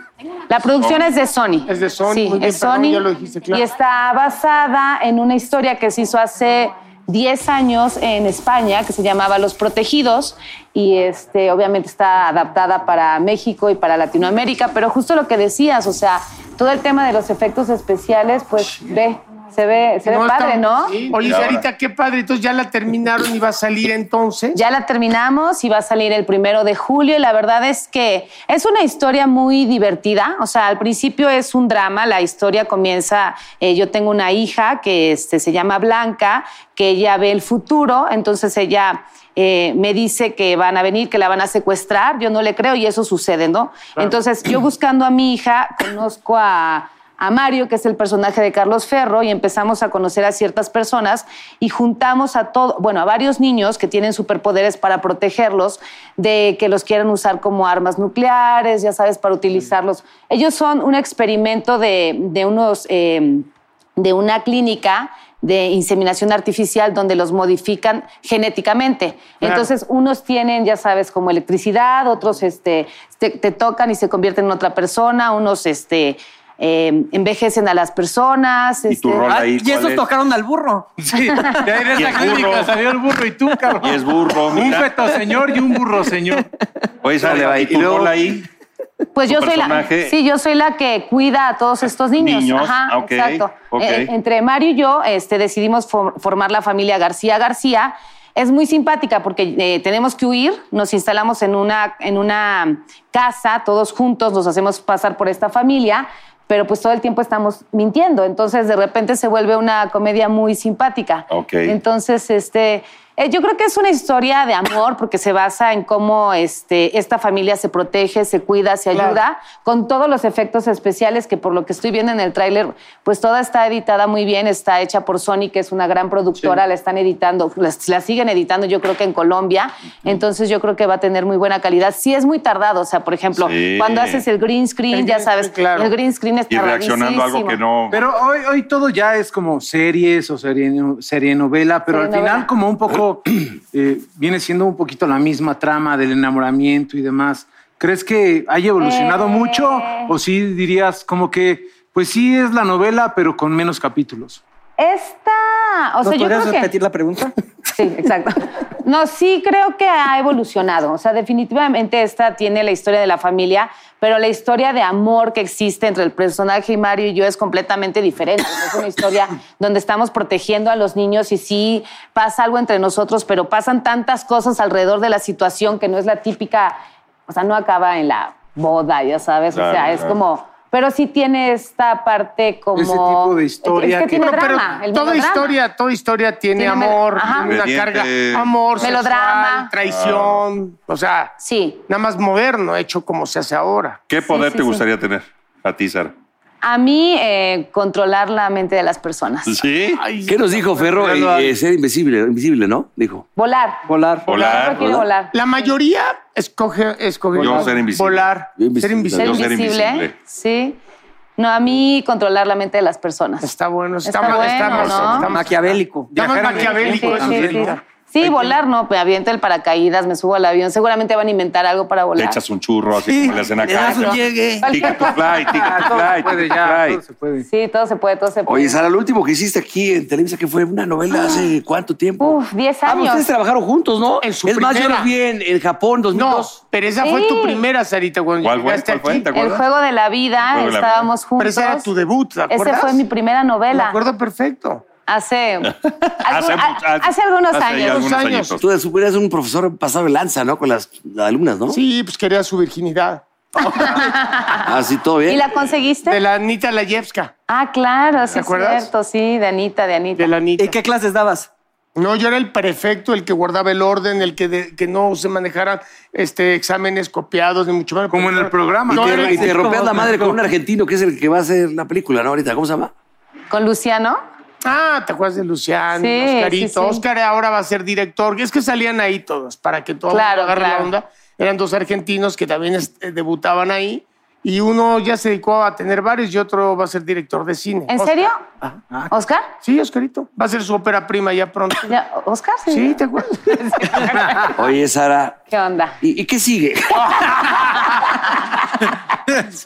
G: La producción es de Sony.
F: Oh. Es de Sony,
G: Sí,
F: muy bien,
G: es
F: perdón,
G: Sony.
F: ya lo dijiste, claro.
G: Y está basada en una historia que se hizo hace 10 años en España, que se llamaba Los Protegidos. Y este, obviamente está adaptada para México y para Latinoamérica. Pero justo lo que decías, o sea, todo el tema de los efectos especiales, pues ve, se ve, se ve
F: está-
G: padre, ¿no?
F: Sí. Oye,
E: Y ahora-
F: Sarita, qué padre. Entonces ya la terminaron y va a salir entonces.
G: Ya la terminamos y va a salir el primero de julio. Y la verdad es que es una historia muy divertida. O sea, al principio es un drama. La historia comienza. eh, yo tengo una hija que este, se llama Blanca, que ella ve el futuro. Entonces ella. eh, me dice que van a venir, que la van a secuestrar, yo no le creo y eso sucede, ¿no? Entonces, yo buscando a mi hija, conozco a, a Mario, que es el personaje de Carlos Ferro, y empezamos a conocer a ciertas personas y juntamos a todo, bueno, a varios niños que tienen superpoderes para protegerlos de que los quieran usar como armas nucleares, ya sabes, para utilizarlos. Ellos son un experimento de, de unos eh, de una clínica de inseminación artificial donde los modifican genéticamente.
F: Claro.
G: Entonces, unos tienen, ya sabes, como electricidad, otros este, te, te tocan y se convierten en otra persona, unos este, eh, envejecen a las personas.
E: ¿Y tu
G: este,
E: rol
D: Ah,
E: ahí?
D: y
E: cuál
D: esos
E: es?
D: tocaron al burro.
C: Sí, de ahí de
E: Y
C: esa
E: el
C: clínica
E: burro.
C: salió el burro y tú, cabrón.
E: Y es burro,
C: Un
E: mira.
C: feto señor y un burro señor.
E: Oye,
B: Dale,
E: Sara,
B: bye.
E: ¿y
B: Y
E: tu
B: luego-
E: rol ahí?
G: Pues
E: tu
G: yo soy, la,
E: personaje-
G: sí, yo soy la que cuida a todos estos niños.
E: Niños,
G: Ajá,
E: ok,
G: exacto.
E: ok.
G: Eh, entre Mario y yo este, decidimos for- formar la familia García García. Es muy simpática porque eh, tenemos que huir, nos instalamos en una, en una casa, todos juntos nos hacemos pasar por esta familia, pero pues todo el tiempo estamos mintiendo, entonces de repente se vuelve una comedia muy simpática.
E: Ok.
G: Entonces, este, eh, yo creo que es una historia de amor porque se basa en cómo este, esta familia se protege, se cuida, se
F: Claro.
G: ayuda, con todos los efectos especiales que por lo que estoy viendo en el tráiler, pues toda está editada muy bien, está hecha por Sony, que es una gran productora, la están editando, la, la siguen editando yo creo que en Colombia, entonces yo creo que va a tener muy buena calidad. Sí es muy tardado, o sea, por ejemplo,
E: Sí.
G: cuando haces el green screen,
F: El
G: ya
F: green
G: sabes,
F: screen, claro.
G: el green screen es
E: Y reaccionando a algo que no.
C: Pero hoy, hoy todo ya es como series o serie, serie novela, pero al
G: Serie novela.
C: final como un poco poquito, eh, viene siendo un poquito la misma trama del enamoramiento y demás. ¿Crees que haya evolucionado
G: Eh.
C: mucho o sí dirías como que, pues sí es la novela, pero con menos capítulos?
G: Esta, o sea, yo creo que...
D: la pregunta?
G: Sí, exacto. No, sí creo que ha evolucionado. O sea, definitivamente esta tiene la historia de la familia, pero la historia de amor que existe entre el personaje y Mario y yo es completamente diferente. O sea, Es una historia donde estamos protegiendo a los niños y sí pasa algo entre nosotros, pero pasan tantas cosas alrededor de la situación que no es la típica, o sea, no acaba en la boda, ya sabes. o
E: Claro,
G: sea, es
E: claro.
G: como... Pero sí tiene esta parte como...
C: Ese tipo de historia
G: Es que
C: que-
G: tiene
C: Bueno,
F: Pero
G: drama. el
F: toda
G: melodrama.
F: historia, toda historia tiene,
G: Tiene mel-
F: amor,
G: Ajá.
F: tiene una carga,
E: Ingredientes.
F: amor,
G: Melodrama.
F: sexual, traición, o sea,
G: Sí.
F: nada más moderno, hecho como se hace ahora.
E: ¿Qué poder
G: sí,
E: te
G: sí.
E: gustaría tener a ti, Sara?
G: A mí, eh, controlar la mente de las personas.
E: ¿Sí?
B: ¿Qué nos dijo Ferro? Eh, eh, ser invisible, invisible, ¿no? Dijo.
G: Volar.
B: Volar.
G: Siempre
E: Volar.
G: quiero volar.
F: La mayoría escoge, escoge
E: Yo ser invisible.
F: volar,
B: Yo invisible.
F: ser
G: Ser
E: Yo
F: invisible.
E: ser
G: invisible.
E: invisible.
G: Sí. No, a mí controlar la mente de las personas.
F: Está bueno, está,
G: Está
F: ma-
G: bueno,
F: está ma-
G: ¿no?
F: está ma-
D: Maquiavélico.
F: está más
C: Viajar en el
F: maquiavélico.
C: tiempo
F: eso
C: también,
F: sí,
C: ¿no?
F: está.
G: Sí, volar no, me aviento el paracaídas, me subo al avión. Seguramente van a inventar algo para
E: Le
G: volar.
E: echas un churro, así como le hacen
B: Le
E: acá. Ah,
B: das un llegue.
E: Ticket to fly, ticket to
C: Todo se
E: fly,
C: puede
E: ticket to
C: ya,
E: fly.
C: todo se puede.
G: Sí, todo se puede, todo se puede.
B: Oye, Sara, lo último que hiciste aquí en Televisa, que fue una novela hace cuánto tiempo. pues,
G: Uf, 10
D: Ah,
E: pues,
D: ustedes
G: años.
D: trabajaron juntos, ¿no?
F: En su
D: es más, yo
F: primera.
D: los vi en, en Japón, 2002.
F: No, pero esa fue
G: Sí.
F: tu primera, Sarita, cuando
E: ¿Cuál fue?
F: llegaste
E: ¿Cuál fue?
F: aquí.
E: ¿Te
G: El
E: acuerdas?
G: juego de la vida,
E: El juego de la vida.
G: estábamos juntos.
F: Pero ese era tu debut, ¿te acuerdas?
G: Esa fue mi primera
F: Me
G: novela.
F: acuerdo perfecto.
G: Hace, algún-
E: Hace
G: a-
E: mucho- hace-
G: hace algunos
E: hace
G: años.
E: algunos
F: años.
E: añitos.
B: Tú supieras un profesor pasado de lanza, ¿no? Con las alumnas, ¿no?
F: Sí, pues quería su virginidad.
B: Así Ah, todo bien.
G: ¿Y la conseguiste?
F: De la Anita Layevska.
G: Ah, claro, sí,
F: ¿Te
G: es
F: acuerdas?
G: cierto, sí, de Anita, de Anita.
F: De la Anita.
D: ¿En qué clases dabas?
F: No, yo era el prefecto, el que guardaba el orden, el que, de- que no se manejaran este, exámenes copiados, ni mucho menos.
C: Como en el programa.
F: Y
C: ¿no?
F: te-
C: Era-
F: y
B: Y te rompías la madre con
F: No.
B: un argentino que es el que va a hacer la película, ¿no? Ahorita, ¿cómo se llama?
G: ¿Con Luciano?
F: Ah, ¿te acuerdas de Luciano,
G: Sí,
F: Oscarito?
G: sí, sí.
F: Oscar ahora va a ser director. Es que salían ahí todos, para que todo el
G: Claro,
F: mundo agarre
G: claro.
F: la onda. Eran dos argentinos que también este, debutaban ahí. Y uno ya se dedicó a tener varios y otro va a ser director de cine.
G: ¿En
F: Oscar.
G: serio?
F: Ah,
G: ¿Oscar?
F: Sí, Oscarito. Va a ser su ópera prima ya pronto.
G: Ya, ¿Oscar?
F: Sí, ¿te acuerdas?
B: Oye, Sara,
G: ¿Qué onda?
B: ¿y, y qué sigue?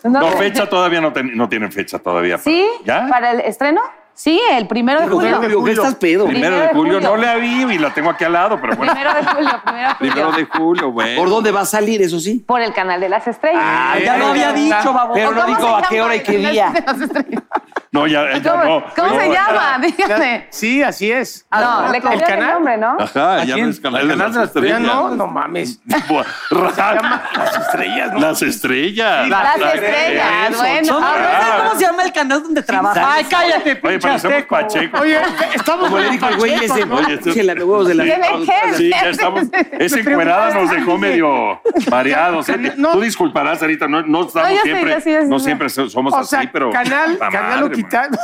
E: No,
G: sé.
E: fecha todavía no, ten- no tienen fecha todavía.
G: eh, ¿Sí?
E: ¿Ya?
G: ¿Para el estreno? Sí, el primero de julio.
B: Digo, ¿Qué estás pedo?
E: Primero de julio. No la vi y la tengo aquí al lado, pero bueno.
G: Primero de julio, primero de julio.
E: Primero de julio, güey.
B: ¿Por dónde va a salir, eso sí?
G: Por el canal de las estrellas.
F: Ah,
D: ya lo había dicho, babón.
G: ¿O
D: Pero no
G: cómo
D: dijo
G: se
D: a qué
G: llama
D: hora y
G: el
D: qué
G: canal
D: día.
G: de las estrellas?
E: No, ya, ya
G: ¿Cómo,
E: no.
G: cómo
E: No,
G: se
E: ya-
G: llama? Dígame.
F: Sí, así es.
G: No, le cambió el
F: canal?
G: nombre, ¿no?
E: Ajá, Ah, ya no es canal de las
F: Ya
E: estrellas.
F: no, no mames.
E: Buah, Las estrellas, Las estrellas.
G: Las estrellas, bueno.
D: Ah,
G: Ah,
D: ¿no sabes ¿Cómo se llama el canal donde trabaja? Ay, cállate.
E: Oye, parecemos Pacheco.
F: Oye, estamos
B: Como le dijo el güey ese,
E: este Oye, tú-
B: "Échale los huevos de la...
G: ¿Qué me qué?
E: Sí, ya estamos. Esa encuerada nos dejó medio mareados. ¿eh?
F: No.
E: Tú disculparás, Sarita, no, no estamos
G: No, yo sé,
E: siempre.
G: yo sé, yo sé,
E: no
G: yo sé.
E: siempre so- somos
F: O
E: así,
F: sea,
E: pero.
F: canal,
E: puta
F: canal lo
E: madre, man.
F: quitaron.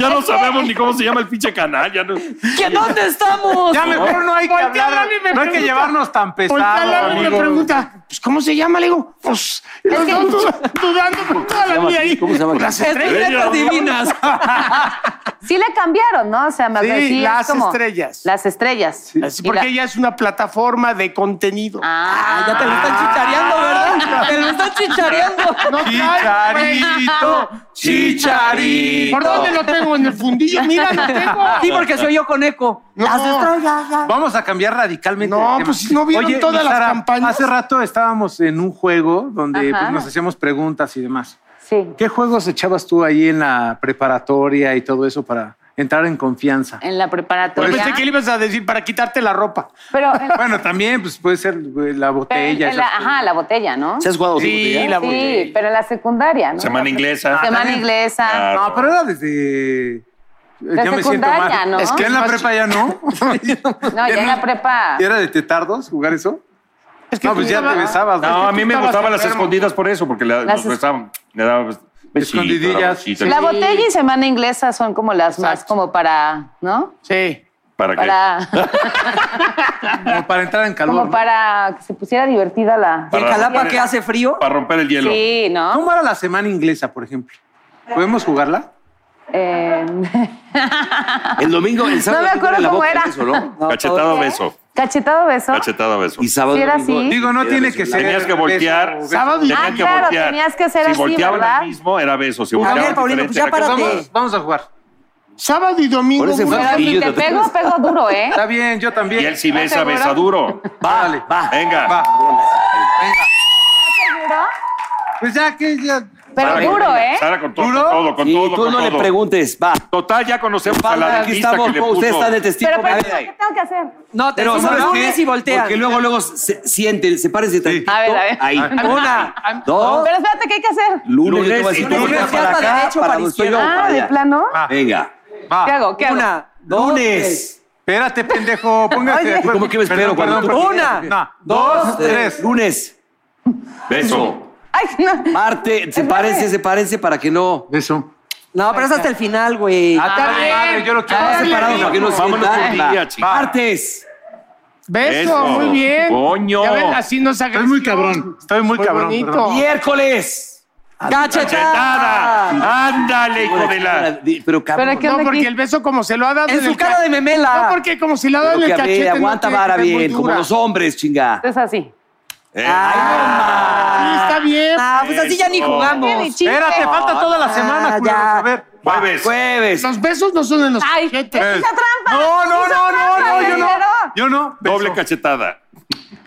E: Ya no sabemos ni cómo se llama el pinche canal. Ya no.
D: ¿Que dónde estamos?
C: Ya mejor no hay que
F: Voltea
C: hablar,
F: Lali, me
C: no hay que
F: pregunta.
C: llevarnos tan
F: Voltea a
C: pesado.
F: Lalo y me
C: amigo.
F: pregunta, pues, ¿cómo se llama? Le digo, pues, los dos dud- dudando por toda la vida ahí.
B: ¿Cómo se llama?
F: Las estrellas.
D: Estrellas divinas.
G: Sí le cambiaron, ¿no? O sea, más
F: Sí,
G: bien, es
F: las
G: como-
F: estrellas.
G: Las estrellas.
F: Así,
G: Y la-
F: Ah, Porque ella es una plataforma de contenido.
G: Ah,
D: Ah, ya te lo están chichareando, ¿verdad? Te lo están chichareando.
F: No trae,
C: Chicharito,
F: güey.
C: chicharito.
F: ¿Por dónde lo tengo? ¿En el fundillo? Mira, lo tengo.
D: Sí, porque soy yo con eco.
F: No.
D: Las estrellas.
C: Vamos a cambiar radicalmente. de
F: No,
C: tema.
F: pues, si no vieron
C: Oye,
F: todas
C: mi
F: las
C: Sara,
F: campañas.
C: Hace rato estábamos en un juego donde
G: Ajá.
C: pues, nos hacíamos preguntas y demás.
G: Sí.
C: ¿Qué juegos echabas tú ahí en la preparatoria y todo eso para entrar en confianza?
G: En la
F: Yo
G: preparatoria.
F: pensé que le ibas a decir para quitarte la ropa.
G: Pero en,
C: Bueno, también pues, puede ser güey, la botella.
G: en
C: esas
G: la,
C: cosas.
G: ajá, la botella, ¿no?
B: ¿Se has jugado
F: Sí,
B: fútbol ya?
F: la
G: sí,
F: botella.
G: pero en la secundaria, ¿no?
E: Semana inglesa.
G: Semana
E: También.
G: inglesa.
E: Claro.
C: No, pero era desde. eh, ya me siento
G: secundaria,
C: mal.
G: ¿no?
C: Es que en la prepa ya no.
G: No, ya en la prepa.
C: ¿Y era de tetardos jugar eso?
F: Es
C: No, pues ya te besabas.
E: No, a mí me
F: estabas
E: gustaban las
F: enfermo.
E: escondidas por eso, porque la-
G: Las
E: nos
G: es-
E: besaban. Le daban bes- besito,
C: Escondidillas.
E: daba besito.
G: La botella y semana inglesa son como las más como para, ¿no?
F: Sí.
E: ¿Para qué?
G: Para,
C: Como para entrar en calor.
G: como
C: ¿no?
G: para que se pusiera divertida la.
D: ¿Y en
E: Para-
D: Jalapa
E: para-
D: que hace frío?
E: Para romper el hielo.
G: Sí, ¿no?
C: ¿Cómo era la semana inglesa, por ejemplo? ¿Podemos jugarla?
G: eh,
B: El domingo, el sábado.
G: No me
B: domingo
G: acuerdo
B: la
G: cómo
B: boca,
G: era.
B: beso, ¿no?
E: Cachetado beso.
G: cachetado beso.
E: Cachetado beso.
B: Y sábado.
G: Sí, era
B: domingo,
G: así.
C: Digo, no
B: era
C: tiene
B: beso.
C: que ser.
E: Tenías que voltear.
C: beso,
F: Sábado y-
E: Tenían
G: Ah,
E: que
G: claro,
E: voltear.
G: tenías que hacer
E: si
G: así,
E: volteaban
G: ¿verdad?
E: al mismo, era beso. Si
D: ver,
E: volteaban
D: Paulino,
E: diferente,
D: pues ya
E: era
D: párate.
C: Vamos,
E: cachetado.
C: vamos a jugar.
F: Sábado y domingo.
B: Por ese
F: güey.
G: Pero si
B: Yo
G: te
B: te-
G: pego, pego duro, ¿eh?
C: Está bien, yo también.
E: Y él sí besa,
G: ¿Seguro?
E: besa duro.
B: Vale, va.
E: Venga.
C: Va. Venga.
G: ¿Seguro?
C: Pues ya que ya.
G: Pero
E: Sara,
G: duro,
E: con-
G: ¿eh?
E: Sara, con todo,
C: ¿Duro?
E: con todo, con
B: Y
E: todo.
B: tú
E: con
B: no le
E: todo.
B: preguntes, va.
E: Total, ya conocemos a la
B: Aquí
E: dentista
B: estamos,
E: que le puso.
B: usted está de testigo.
G: Pero, pues, pero,
B: A
G: ¿qué
B: ver,
G: tengo que hacer?
D: No, te
B: pero,
D: sumas
B: ¿sabes
D: lunes
B: qué?
D: y volteas.
B: Porque luego, luego se, sienten, sepárense tantito.
G: A ver, a ver.
B: Ahí. Una, dos,
G: Pero espérate, ¿qué hay que hacer?
B: lunes, yo te voy a
E: Lunes y
B: decir,
E: lunes,
B: voltea
E: ya
B: para
D: para
B: acá,
D: derecho,
B: para
D: para
B: donde estoy yo,
D: izquierda.
B: para
G: Ah, ¿de
B: allá.
G: plano?
B: Venga.
G: ¿Qué
C: Va.
G: hago? ¿Qué hago?
D: Una, dos,
B: Lunes.
C: Espérate, pendejo. Póngase de acuerdo.
B: ¿Cómo que me espero cuando tú-
C: Una. No. Dos, tres.
B: Lunes.
E: Beso.
G: Ay, no.
B: Martes. Sepárense, sepárense para que no.
C: Beso.
D: No, pero es hasta el final, güey.
C: Ah, está bien. Madre, yo lo quiero.
B: Está
C: Dale,
B: separado
C: hijo.
B: para que no
E: Vámonos por
B: sientan.
E: día,
B: Va.
E: chica.
B: Martes.
F: Beso,
E: Beso.
F: muy bien.
E: Coño.
F: Ya ven, así nos
C: Estoy muy cabrón. Estoy muy,
F: Muy
C: cabrón.
F: bonito.
C: perdón.
B: Miércoles.
E: ¡Cachetada! ¡Ándale, hijo de la!
B: Pero cabrón.
G: Pero ¿qué
F: No,
G: onda
F: porque
G: aquí?
F: el beso como se lo ha dado.
D: En
F: el
D: su cara
F: ca-
D: de memela.
F: No, porque como si lo ha dado
B: Ah, Pero que,
F: en el
B: a ver,
F: cachete. no
B: aguanta
F: tiene que
B: vara
F: ser muy
B: bien, como
F: dura.
B: los hombres, chinga.
G: Es así.
E: Eh,
F: Sí, está bien.
D: Ah, pues así ya ni
E: Eso.
D: jugamos.
G: Ni chiste.
C: Espérate, falta toda la semana,
D: ya.
C: culeros. A ver. Pues,
B: Ah,
E: Jueves.
B: Jueves.
F: Los besos no son en los
G: Ay, es
F: cachetes.
G: esa trampa.
C: No, no,
G: Hizo
C: no, no,
G: trampa,
C: no, yo no.
G: dinero.
C: Yo no. Beso.
E: Doble cachetada.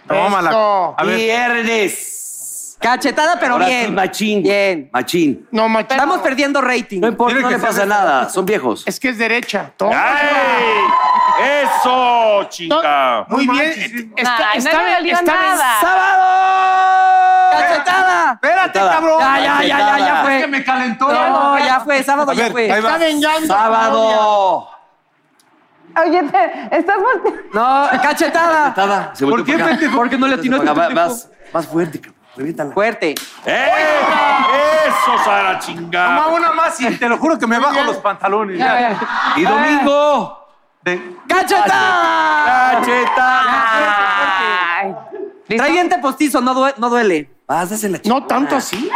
C: Tómala.
F: Beso.
C: A ver.
B: Viernes.
D: Cachetada, pero
B: Ahora sí,
D: bien.
B: machín.
D: Bien.
B: Machín.
F: No, macho.
D: Estamos perdiendo rating.
B: No importa,
C: Tiene
B: no
C: que
B: le
C: ser
B: pasa
C: de-
B: nada. Son viejos.
F: Es que es derecha.
B: Ah.
F: Toma.
E: ¡Ay! ¡Eso, chica!
F: Muy
C: No
F: bien.
C: manches, sí.
F: Está,
G: Ay, no
F: está-
G: le dolió
F: está-
G: nada.
D: ¡Cachetada!
C: Espérate, cabrón.
D: Ya, ya, ya, ya, ya
C: Es que
D: fue.
C: me calentó.
D: No, ya fue, sábado
C: A
D: ya
C: ver, ahí
D: fue.
C: va.
F: está vengando.
B: Sábado.
G: Oye, te- estás volteando.
D: No, cachetada.
B: Nada. Se
C: ¿Por qué, pendejo?
D: ¿Por qué no le atinó
B: Va-
D: este
B: Vas, vas fuerte, cabrón. Reviéntala.
D: Fuerte.
E: ¡Eh! ¡Eso, Sara,
C: Toma
E: chingada!
C: una más y te lo juro que me bajo los pantalones.
G: A
C: Ya.
G: ver.
B: Y domingo.
C: De-
D: Ah, ¡Cachetada!
E: ¡Cachetada!
G: Ay. ¿Listo?
D: Trae diente postizo, no, due- no duele.
B: Vas, dásela.
F: No tanto así.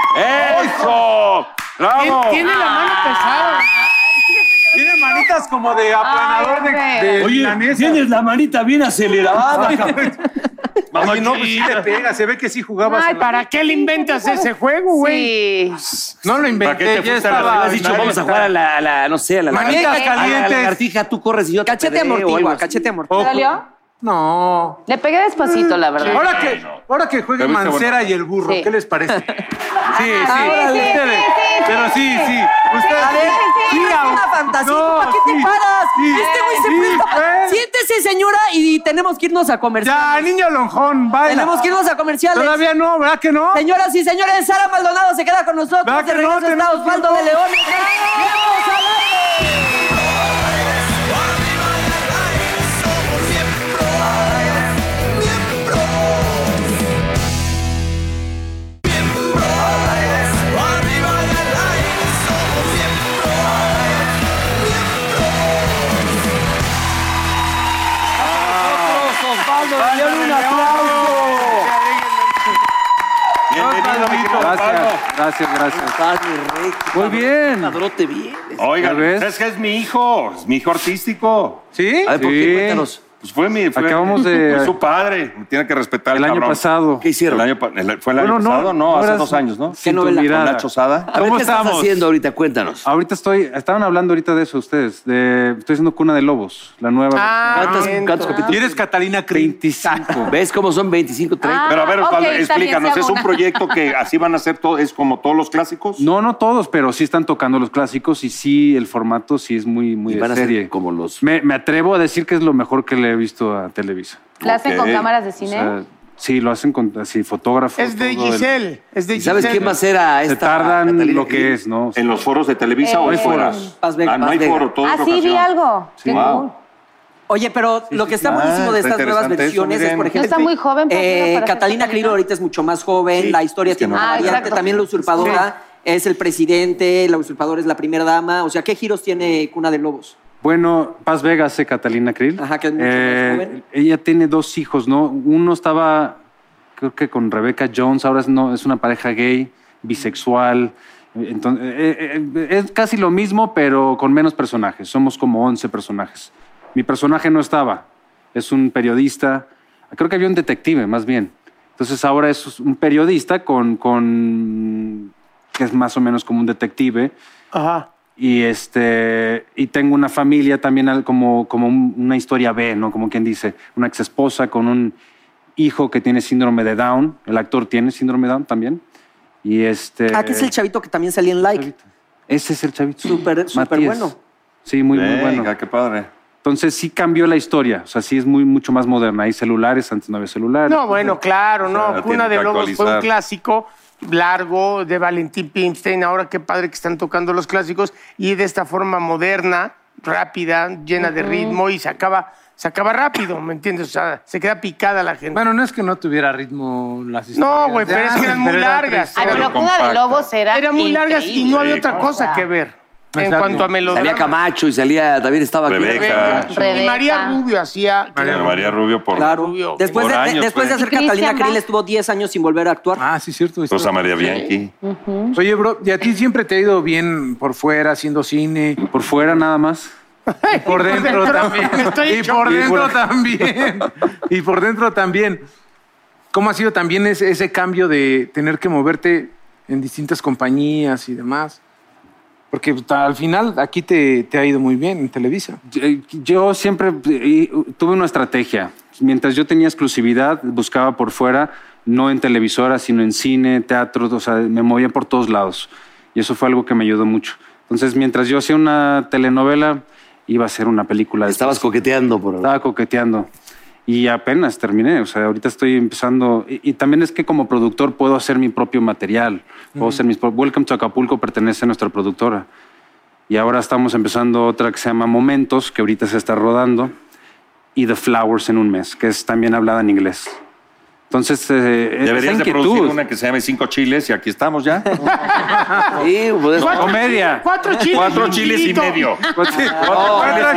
E: ¡Eso! ¡Bravo!
F: Tiene la mano pesada.
C: Tiene manitas como de aplanador de,
G: Ay,
C: de milanesa. Ah,
B: la manita bien acelerada. cabrón.
C: Oye, no, pues sí le pega. Se ve que sí jugabas.
F: Ay, ¿para qué le inventas ese juego, güey?
G: Sí.
C: No lo inventé.
E: ¿Para qué te
C: ya
E: fuiste a la
C: estaba.
E: escuela?
B: Has dicho, vamos a jugar a la, a la, no sé, a la
C: Manitas
B: lagartija.
C: calientes.
B: A la lagartija, tú corres y yo te
D: Cachete
B: pedreo o algo
D: amortigua,
B: así.
D: cachete amortigua.
G: ¿Te
C: Ojo.
G: dolió?
C: No.
G: Le pegué despacito, la verdad.
C: Ahora que, ahora que juegue
E: Te viste
C: Mancera
E: bonito.
C: y el burro,
G: Sí.
C: ¿qué les parece? Sí, sí,
G: sí,
C: ustedes.
G: sí, sí,
C: Pero sí, sí. Ustedes.
D: A ver,
G: sí,
D: es
C: au-
D: una fantasía.
C: no,
D: ¿Para qué te
C: sí,
D: paras?
C: sí,
D: este güey se
C: sí,
D: presta.
C: güey.
D: Siéntese, señora, y tenemos que irnos a comerciales.
C: Ya, niño lonjón, baila.
D: Tenemos que irnos a comerciales.
C: Todavía no, ¿verdad que no?
D: Señoras y señores, Sara Maldonado se queda con nosotros.
C: ¿Verdad
D: De
C: que no?
D: regreso está
C: Tenemos
D: Osvaldo de
C: tiempo.
D: León. ¡Vamos al aire!
B: Osvaldo de León, un aplauso.
E: Bienvenido, mi querido Pablo.
C: gracias, gracias.
B: Estás mi rey.
C: Muy bien.
B: Padrote bien.
C: ¿Ya
E: Oigan,
C: ves?
E: es que es mi hijo, es mi hijo artístico.
C: ¿Sí?
B: A ver, ¿por qué? Cuéntanos.
E: Pues fue mi. Fue,
C: Acabamos de-
E: fue su padre, me tiene que respetar.
C: El año
E: cabrón.
C: pasado.
B: ¿Qué hicieron?
E: El año pa- el- ¿Fue el
C: Bueno,
E: año
C: no,
E: pasado? No,
C: no
E: hace
C: eras-
E: dos años, ¿no?
C: sin tu
E: novela? Con
C: mirada.
E: Nacho Sada.
B: A ver,
C: ¿Cómo
B: ¿qué estás
C: estamos?
B: haciendo ahorita? Cuéntanos.
H: Ahorita estoy, estaban hablando ahorita de eso ustedes, de, estoy haciendo Cuna de Lobos, la nueva.
D: Ah.
B: ¿Cuántas-
F: lento.
B: cuántos
C: ¿Y
B: capítulos?
C: eres Catalina Crinti?
B: ¿Ves cómo son 25, 30?
E: Pero a ver,
G: Ah,
E: Osvaldo,
G: ok, está bien,
E: explícanos,
G: se
E: ¿es un
G: abona.
E: proyecto que así van a ser todo, es como todos los clásicos?
H: No, no todos, pero sí están tocando los clásicos y sí, el formato sí es muy, muy
B: Y van
H: de
B: a ser
H: serie.
B: como los-
H: Me, me atrevo a decir que es lo mejor que le he visto a Televisa.
G: ¿La hacen
E: Ok.
G: con cámaras de
H: O
G: cine?
H: sea, sí, lo hacen con así, fotógrafos.
F: Es de
H: todo el-
F: Giselle. Es de
B: ¿Y sabes
F: Giselle.
B: quién más era esta?
H: se tardan
B: Catalina
H: lo que
B: Krill?
H: es, ¿no?
E: ¿En los foros de Televisa o
G: Eh,
E: en fuera?
B: Paz Vega,
E: Ah, no
B: Paz
E: hay
B: Vega.
E: foro, todo es
G: ah, sí, vi
E: locación.
G: algo. Qué
E: Wow.
G: cool.
D: Oye, pero lo que está
E: sí.
D: buenísimo
E: Ah,
D: de
E: está
D: estas nuevas
E: interesante eso,
D: versiones es,
E: miren.
D: por
E: No
D: ejemplo,
G: está muy joven, por
D: eh,
G: ejemplo, para ser
D: Catalina
G: Catalina.
D: Cliro ahorita es mucho más joven, la historia tiene
E: no.
D: una
G: Ah,
D: variante,
G: exacto.
D: también la usurpadora es el presidente, la usurpadora es la primera dama, o sea, ¿qué giros tiene eh, Cuna de Lobos?
H: Bueno, Paz Vega hace Catalina Krill. Eh,
D: Ajá, que es mucho más joven.
H: Ella tiene dos hijos, ¿no? Uno estaba, creo que con Rebecca Jones, ahora es, no, es una pareja gay, bisexual, Entonces, eh, eh, es casi lo mismo, pero con menos personajes. Somos como 11 personajes. Mi personaje no estaba. Es un periodista. Creo que había un detective, más bien. Entonces ahora es un periodista con, con que es más o menos como un detective.
F: Ajá.
H: Y este y tengo una familia también al- como, como un- una historia B, ¿no? Como quien dice, una exesposa con un hijo que tiene síndrome de Down. El actor tiene síndrome de Down también. Y
C: Eh.
H: este
F: Ah,
D: Aquí es el chavito Ah, que también salía en like.
H: Ese es el chavito.
D: Súper, súper
H: Matías.
D: bueno.
H: Sí, muy, muy bueno.
E: Venga, qué padre.
H: Entonces sí cambió la historia, o sea, sí es muy mucho más moderna. Hay celulares, antes no había celulares.
F: No, bueno, claro, no.
E: sea, la
F: Cuna
E: tienen
F: de
E: que
F: Lobos fue un
E: actualizar.
F: clásico largo de Valentín Pimstein. Ahora qué padre que están tocando los clásicos y de esta forma moderna, rápida, llena de ritmo y se acaba, se acaba rápido, ¿me entiendes? O sea, se queda picada la gente.
C: Bueno, no es que no tuviera ritmo las historias.
F: no, güey,
C: de
F: pero es que
C: antes,
F: eran muy
C: pero era otra
F: largas.
G: Ay,
C: historia.
G: pero Cuna
E: compacta.
G: de Lobos era.
F: Eran muy largas y no había
E: Sí,
F: otra cosa que ver en
C: Exacto.
F: cuanto a
B: Salía
F: melodrama.
B: Camacho y salía, también estaba aquí.
E: Rebeca.
F: Y María
G: Rebeca.
F: Rubio hacía...
E: María, Rubio por
D: Claro.
F: Rubio,
D: Después,
E: por
D: de,
E: años,
D: después de
E: pues.
D: hacer Catalina
G: Cristian
D: Krill
G: Bach.
D: estuvo 10 años sin volver a actuar.
C: Ah, sí, cierto. historia.
E: Rosa María Bianchi.
C: Oye, bro, ¿y a ti siempre te ha ido bien por fuera, haciendo cine?
H: Por fuera nada más.
C: Y por dentro también.
F: Estoy
C: Y
F: hecho
C: por
F: mierda.
C: dentro también. Y por dentro también. ¿Cómo ha sido también ese, ese cambio de tener que moverte en distintas compañías y demás? Porque pues, al final aquí te, te ha ido muy bien en Televisa.
H: Yo- Yo siempre eh, tuve una estrategia. Mientras yo tenía exclusividad, buscaba por fuera, no en televisora, sino en cine, teatro, o sea, me movía por todos lados. Y eso fue algo que me ayudó mucho. Entonces, mientras yo hacía una telenovela, iba a hacer una película. después.
B: Estabas coqueteando por
H: Estaba coqueteando. Y apenas terminé, o sea, ahorita estoy empezando. Y, y también es que como productor puedo hacer mi propio material. Puedo hacer mis pro- Welcome to Acapulco pertenece a nuestra productora. Y ahora estamos empezando otra que se llama Momentos, que ahorita se está rodando. Y The Flowers en un mes, que es también hablada en inglés. Entonces, eh, esa
E: Deberías de
H: inquietud.
E: producir una que se llame Cinco Chiles y aquí estamos ya.
B: Sí, pues,
F: Cuatro
H: comedia.
F: chiles, Cuatro chiles.
E: Cuatro chiles y
F: chiquito.
E: medio.
H: Pues
F: Cuatro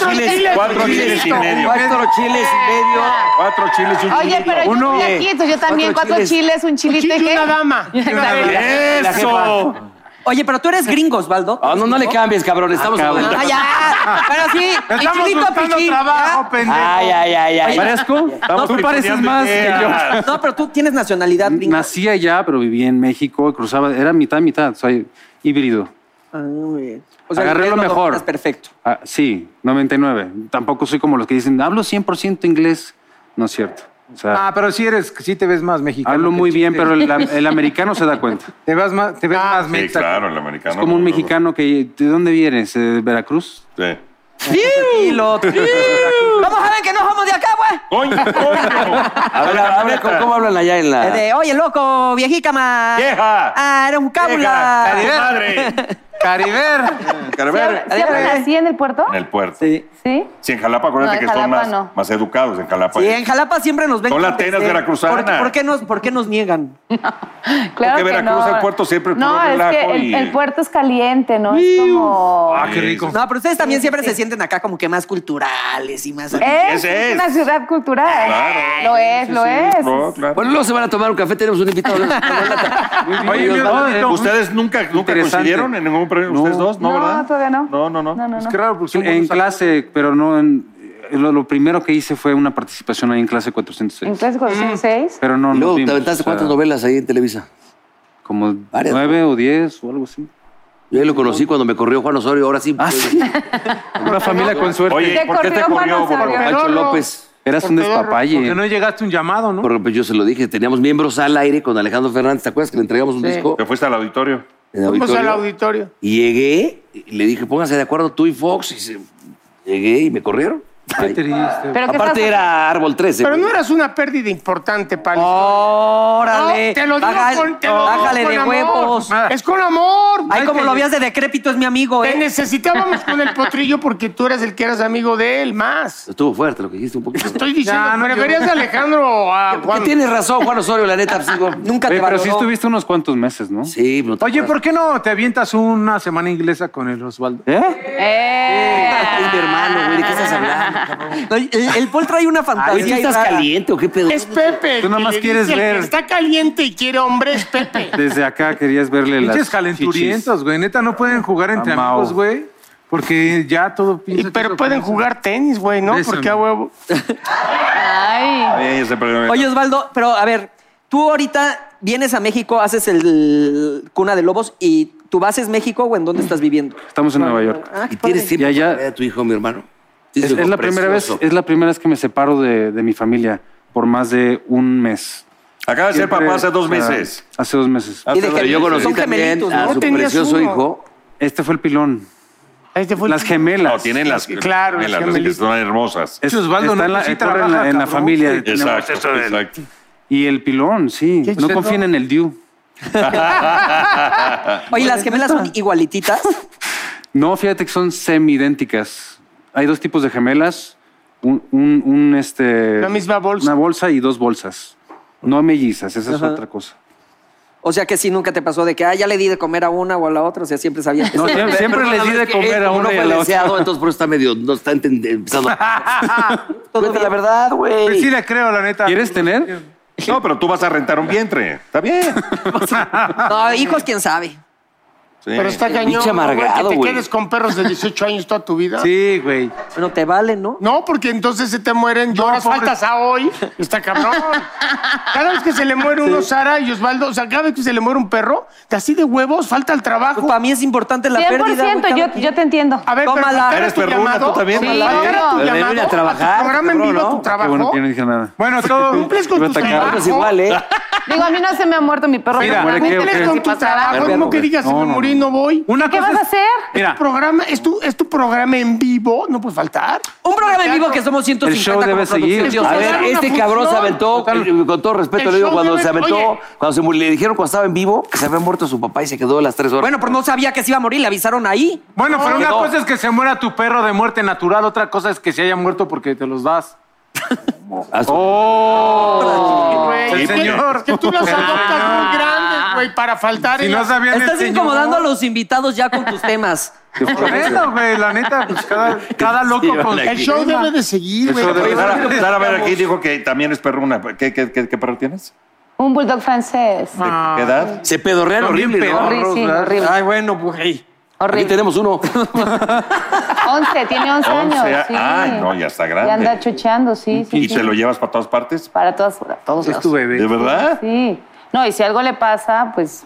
F: chiles.
E: Cuatro chiles y
F: chiquito.
E: medio.
B: cuatro chiles y medio.
E: Cuatro chiles y un
G: Oye, pero yo
B: Uno.
G: soy aquí, entonces yo también.
B: Cuatro
G: Cuatro,
B: chiles.
G: chiles, un
F: Un
G: chilito.
F: chile y
G: ¿qué?
F: una dama.
B: La
E: ¡Eso!
B: jefa.
D: Oye, pero tú eres gringo, Osvaldo.
B: Ah, no, no le cambies, cabrón. Estamos
H: Ah, cabrón.
B: hablando.
D: Ah, ya. Pero sí,
C: Estamos
D: el chilito
C: buscando
D: pichín.
C: trabajo, pendejo.
H: Ah,
B: Ay, ay, ay, ay.
H: ¿Parezco? Tú pareces más que yo.
D: ¿ya? No, pero tú tienes nacionalidad gringa.
H: Nací allá, pero viví en México, cruzaba, era mitad, mitad, soy híbrido.
D: Ah, muy bien.
H: Agarré lo
D: inglés no
H: mejor.
D: dominas perfecto.
H: Ah, sí, 99. Tampoco soy como los que dicen, hablo 100% inglés. No es cierto. O sea,
C: Ah, pero sí eres, sí te ves más mexicano.
H: hablo
C: que
H: muy
C: chiste.
H: bien, pero el, el americano se da cuenta.
C: Te ves más, te ves
H: Ah,
C: más
E: Sí,
C: mexa.
E: claro, el americano.
H: Es como un mexicano que, ¿de dónde vienes? ¿De Veracruz?
E: Sí.
D: Tranquilo. Vamos a ver que no somos de acá, pues. güey.
E: ¡Coño, coño!
B: A ver, a ver, ¿cómo, cómo hablan allá en
H: Ah.
D: Eh,
B: la.
D: de, Oye, loco, viejica más.
E: ¡Vieja!
D: Ah, era un cábula.
C: Vieja.
E: ¡Madre!
C: Cariber.
E: Carver.
G: ¿Se hablan así en el puerto?
E: En el puerto. Sí.
D: Sí.
G: Sí.
E: en Jalapa,
G: No,
E: acuérdate
G: en
E: que son
G: Jalapa
E: más,
G: no.
E: más educados. En Jalapa.
D: Sí, en Jalapa siempre nos ven.
E: Son
D: con
E: latinas
D: desdén.
E: veracruzanas.
D: ¿Por qué- ¿Por qué nos, por qué nos niegan?
G: Claro
E: Porque
G: que
E: Veracruz,
G: no.
E: el puerto siempre es
G: No,
E: puro
G: es que
E: relajo
G: el,
E: y-
G: el puerto es caliente, ¿no? Es como.
C: Ah, qué rico.
D: No, pero ustedes también
G: Sí,
D: siempre
G: sí.
D: se sienten acá como que más culturales y más.
G: Es,
E: Ah, Ese es.
G: una ciudad cultural.
E: Claro.
G: Lo es, lo es.
E: No, claro.
B: Bueno, luego se van a tomar un café, tenemos un invitado.
E: Oye,
C: Oye,
E: no,
C: Leonardo,
E: ¿ustedes nunca, nunca
H: Interesante.
E: coincidieron en ningún proyecto?
H: No.
E: ¿Ustedes dos? No,
G: No,
E: ¿verdad?
G: todavía no.
E: No, no, no.
G: No, no, no.
C: Qué raro, porque son
H: En
C: buenos
H: clase, pero no en... eh, Lo, lo primero que hice fue una participación ahí en clase
G: En
H: 406.
G: clase
E: Mm.
G: 406.
H: Pero no, nos
B: Luego,
H: vimos,
B: ¿te aventaste
H: o sea,
B: cuántas novelas ahí en Televisa?
H: Como
B: Varias, ¿no?
H: nueve o diez o algo así.
B: Yo ahí lo conocí cuando me corrió Juan Osorio, ahora sí. pues,
H: Una familia con suerte.
E: Oye,
G: Te
E: ¿por qué te
G: corrió Juan
E: corrió?
G: Osorio.
E: Borja?
B: Pancho
F: no.
B: López.
H: Eras un despapalle.
C: Porque no llegaste a un llamado, ¿no?
B: Por- yo se lo dije, teníamos miembros al aire con Alejandro Fernández. ¿Te acuerdas que le entregamos un disco?
E: Te fuiste al auditorio.
B: en el
F: Fuimos al
B: auditorio?
F: auditorio.
B: Y llegué y le dije, pónganse de acuerdo tú y Fox. Y se- llegué y me corrieron.
C: Qué triste.
G: Pero ¿qué
B: Aparte
G: estás-
B: era Árbol 13.
F: Pero no
B: güey.
F: eras una pérdida importante para la
D: Órale.
F: No, te lo digo
D: Baja-
F: con, te lo digo
D: bájale
F: con
D: de
F: amor.
D: huevos.
H: Ah,
F: Es con amor.
D: Ay, como lo veas de decrépito, es mi amigo,
F: Te
D: ¿eh?
F: necesitábamos con el potrillo porque tú eras el que eras amigo de él más.
B: Estuvo fuerte lo que dijiste un poquito.
F: Estoy diciendo,
C: Ya, no,
F: preferías
C: yo-
F: a Alejandro a
B: Porque
F: Juan.
B: tienes razón, Juan Osorio, la neta. pues, digo, nunca te
H: Oye, pero sí
B: valoró.
H: estuviste unos cuantos meses, ¿no?
B: Sí, pues, no te
C: Oye,
B: acuerdas.
C: ¿por qué no te avientas una semana inglesa con el Osvaldo?
H: ¿Eh?
G: ¡Eh!
B: Es mi hermano, güey. ¿De qué estás hablando? cabrón?
D: No, El, el Paul trae una
B: Ay, ¿tú
D: fantasía. ahí
B: estás
D: rara.
B: caliente o qué pedo?
F: Es Pepe.
H: Tú
F: el
H: nada
F: que
H: más
F: le
H: quieres
F: dice, el que
H: ver.
F: Está caliente caliente y quiere hombres, Pepe.
H: Desde acá querías verle las
C: Pinches calenturientos, güey. Neta, no pueden jugar entre
H: Amao.
C: amigos, güey. Porque ya todo piensa
F: Y-
C: que
F: pero
C: lo
F: pueden
C: piensa.
F: jugar tenis, güey, ¿no?
C: Bésame.
F: Porque a huevo.
G: Ay.
E: Sí, se perdió.
D: Oye, Osvaldo, pero a ver, tú ahorita vienes a México, haces el Cuna de Lobos y tu base es México o en dónde estás viviendo.
H: Estamos en Nueva York.
D: Ah, qué
B: ¿Y tienes
D: padre.
B: tiempo
H: Y allá-
B: para ver a tu hijo, mi hermano?
H: Es, es la primera vez, es la primera vez que me separo de, de mi familia por más de un mes.
G: ah.
E: Acaba de ser
H: Siempre,
E: papá hace dos
H: o sea,
E: meses.
H: hace dos meses.
B: Y de
E: Hace dos
B: que yo
E: meses.
B: conocí
D: Son
B: también
D: gemelitos,
B: a
D: ¿no?
B: su
F: Tenías
B: precioso
F: uno.
B: hijo.
H: Este fue el pilón.
F: Este fue el
H: Las
F: chico.
H: gemelas.
E: No, tienen las,
F: Sí, claro,
E: gemelas,
F: las
E: las que
F: gemelitas.
E: son hermosas.
H: Es-
C: Osvaldo,
H: está en
C: no,
H: la, eh,
C: pues sí
H: corre en la-
C: trabaja,
H: en la
C: cabrón.
H: familia.
C: Sí,
H: tenemos esto
E: Exacto,
H: del-
E: exacto.
H: Y el pilón, sí.
F: Qué
H: No
F: chido.
H: confíen en el Diu. Pues
D: Oye, las gemelas son igualititas.
H: No, fíjate que son semi-idénticas. Hay dos tipos de gemelas. Un, un- un, este,
F: La misma bolsa.
H: Una bolsa y dos bolsas. No mellizas, esa es otra cosa.
D: O sea que sí, nunca te pasó de que, ah, ya le di de comer a una o a la otra. O sea, siempre sabías que
H: No,
D: sí.
H: siempre, siempre les di de comer a
B: uno
H: una y a la otra.
B: entonces por eso está medio, no está enten- empezando.
D: Todo
B: Cuenta
D: bien.
B: la verdad,
C: Pues sí
B: güey.
C: le creo, la neta.
H: ¿Quieres tener?
E: No, pero tú vas a rentar un vientre. Está bien.
D: No, hijos, quién sabe.
E: Sí.
F: Pero está cañón.
B: Pinche
F: ¿no, güey?
B: amargado,
F: que te
B: güey.
F: quedes con perros de 18 años toda tu vida.
C: Sí, güey.
D: Bueno, te vale, ¿no?
F: No, porque entonces se te mueren, lloras,
C: pobre.
F: faltas a hoy. Está cabrón. Cada vez que se le muere uno, Sara y Osvaldo, o sea, cada vez que se le muere un perro, de así de huevos, falta el trabajo.
D: Pues para mí es importante la pérdida. güey,
G: 100%,
D: cada
G: yo,
D: quien.
G: yo te entiendo.
F: A ver,
D: Tómala.
F: pero
E: Eres perruna, tú también,
G: Sí,
F: Tómala.
G: claro.
F: tu
B: Debe ir a
F: llamado,
B: trabajar,
F: tu programa en
B: cabrón, ¿no?
F: vivo, a tu
H: Qué
F: trabajo.
H: bueno que yo no dije nada.
C: Bueno, todo.
F: Cumples con
H: Iba a
F: tu
H: atacar.
F: trabajo.
B: Es igual, ¿eh?
G: Digo, a mí no se me ha muerto mi perro.
C: Mira,
H: ¿muere
G: seguramente
H: qué o qué?
F: Cumples
G: les
F: con tu
G: pasará
F: trabajo,
G: algo.
F: como que digas,
H: No,
F: si me
H: no,
F: morí,
H: no.
F: no voy.
C: Una
G: ¿Qué
C: cosa
G: vas a
C: es-
G: hacer?
H: Mira,
F: Programa, es tu, es tu programa en vivo, no puedes faltar.
D: Un programa en vivo que somos 150
H: show debe
D: como
H: seguir.
D: producción.
B: A
F: Total,
B: ver,
F: una
B: este cabrón se
F: función.
B: aventó, eh, con todo respeto
F: El
B: le digo,
F: show
B: cuando
F: debe-
B: se aventó,
F: oye.
B: cuando se murió, le dijeron cuando estaba en vivo que se había muerto su papá y se quedó las tres horas.
D: Bueno, pues no sabía que se iba a morir, le avisaron ahí.
C: Bueno, pero una
B: no.
C: cosa es que se muera tu perro de muerte natural, otra cosa es que se haya muerto porque te los das.
B: A Ah, su-
F: Oh.
B: Oh.
F: Güey,
E: Sí,
F: es que-
E: señor.
F: es que tú los adoptas muy grandes, güey, para faltar.
C: Si
F: en
C: no
F: la-
C: sabían este
D: Estás
C: el señor.
D: incomodando a los invitados ya con tus temas.
H: qué fuerte.
C: pues, Bueno, güey, la neta, pues cada, cada loco con
F: El show debe de seguir, güey.
H: show debe-
E: Oye, Sara, Sara, a ver, aquí dijo que también es perruna. ¿Qué, qué, qué, qué perro tienes?
G: Un bulldog francés.
E: ¿De qué edad?
B: Se pedorrean
C: Son bien
B: horrible, ¿no?
G: Horrible, sí, horrible.
D: Ay, bueno, güey.
B: Aquí
G: Horrible.
B: tenemos uno.
G: 11, tiene 11
E: Once,
G: años. sí.
E: ah, no, ya está grande.
G: Ya anda chucheando, sí, sí.
E: ¿Y
G: sí.
E: te lo llevas para todas partes?
G: Para todas, para todos
C: Es
G: lados.
C: tu bebé.
E: ¿De verdad?
G: Sí. No, y si algo le pasa, pues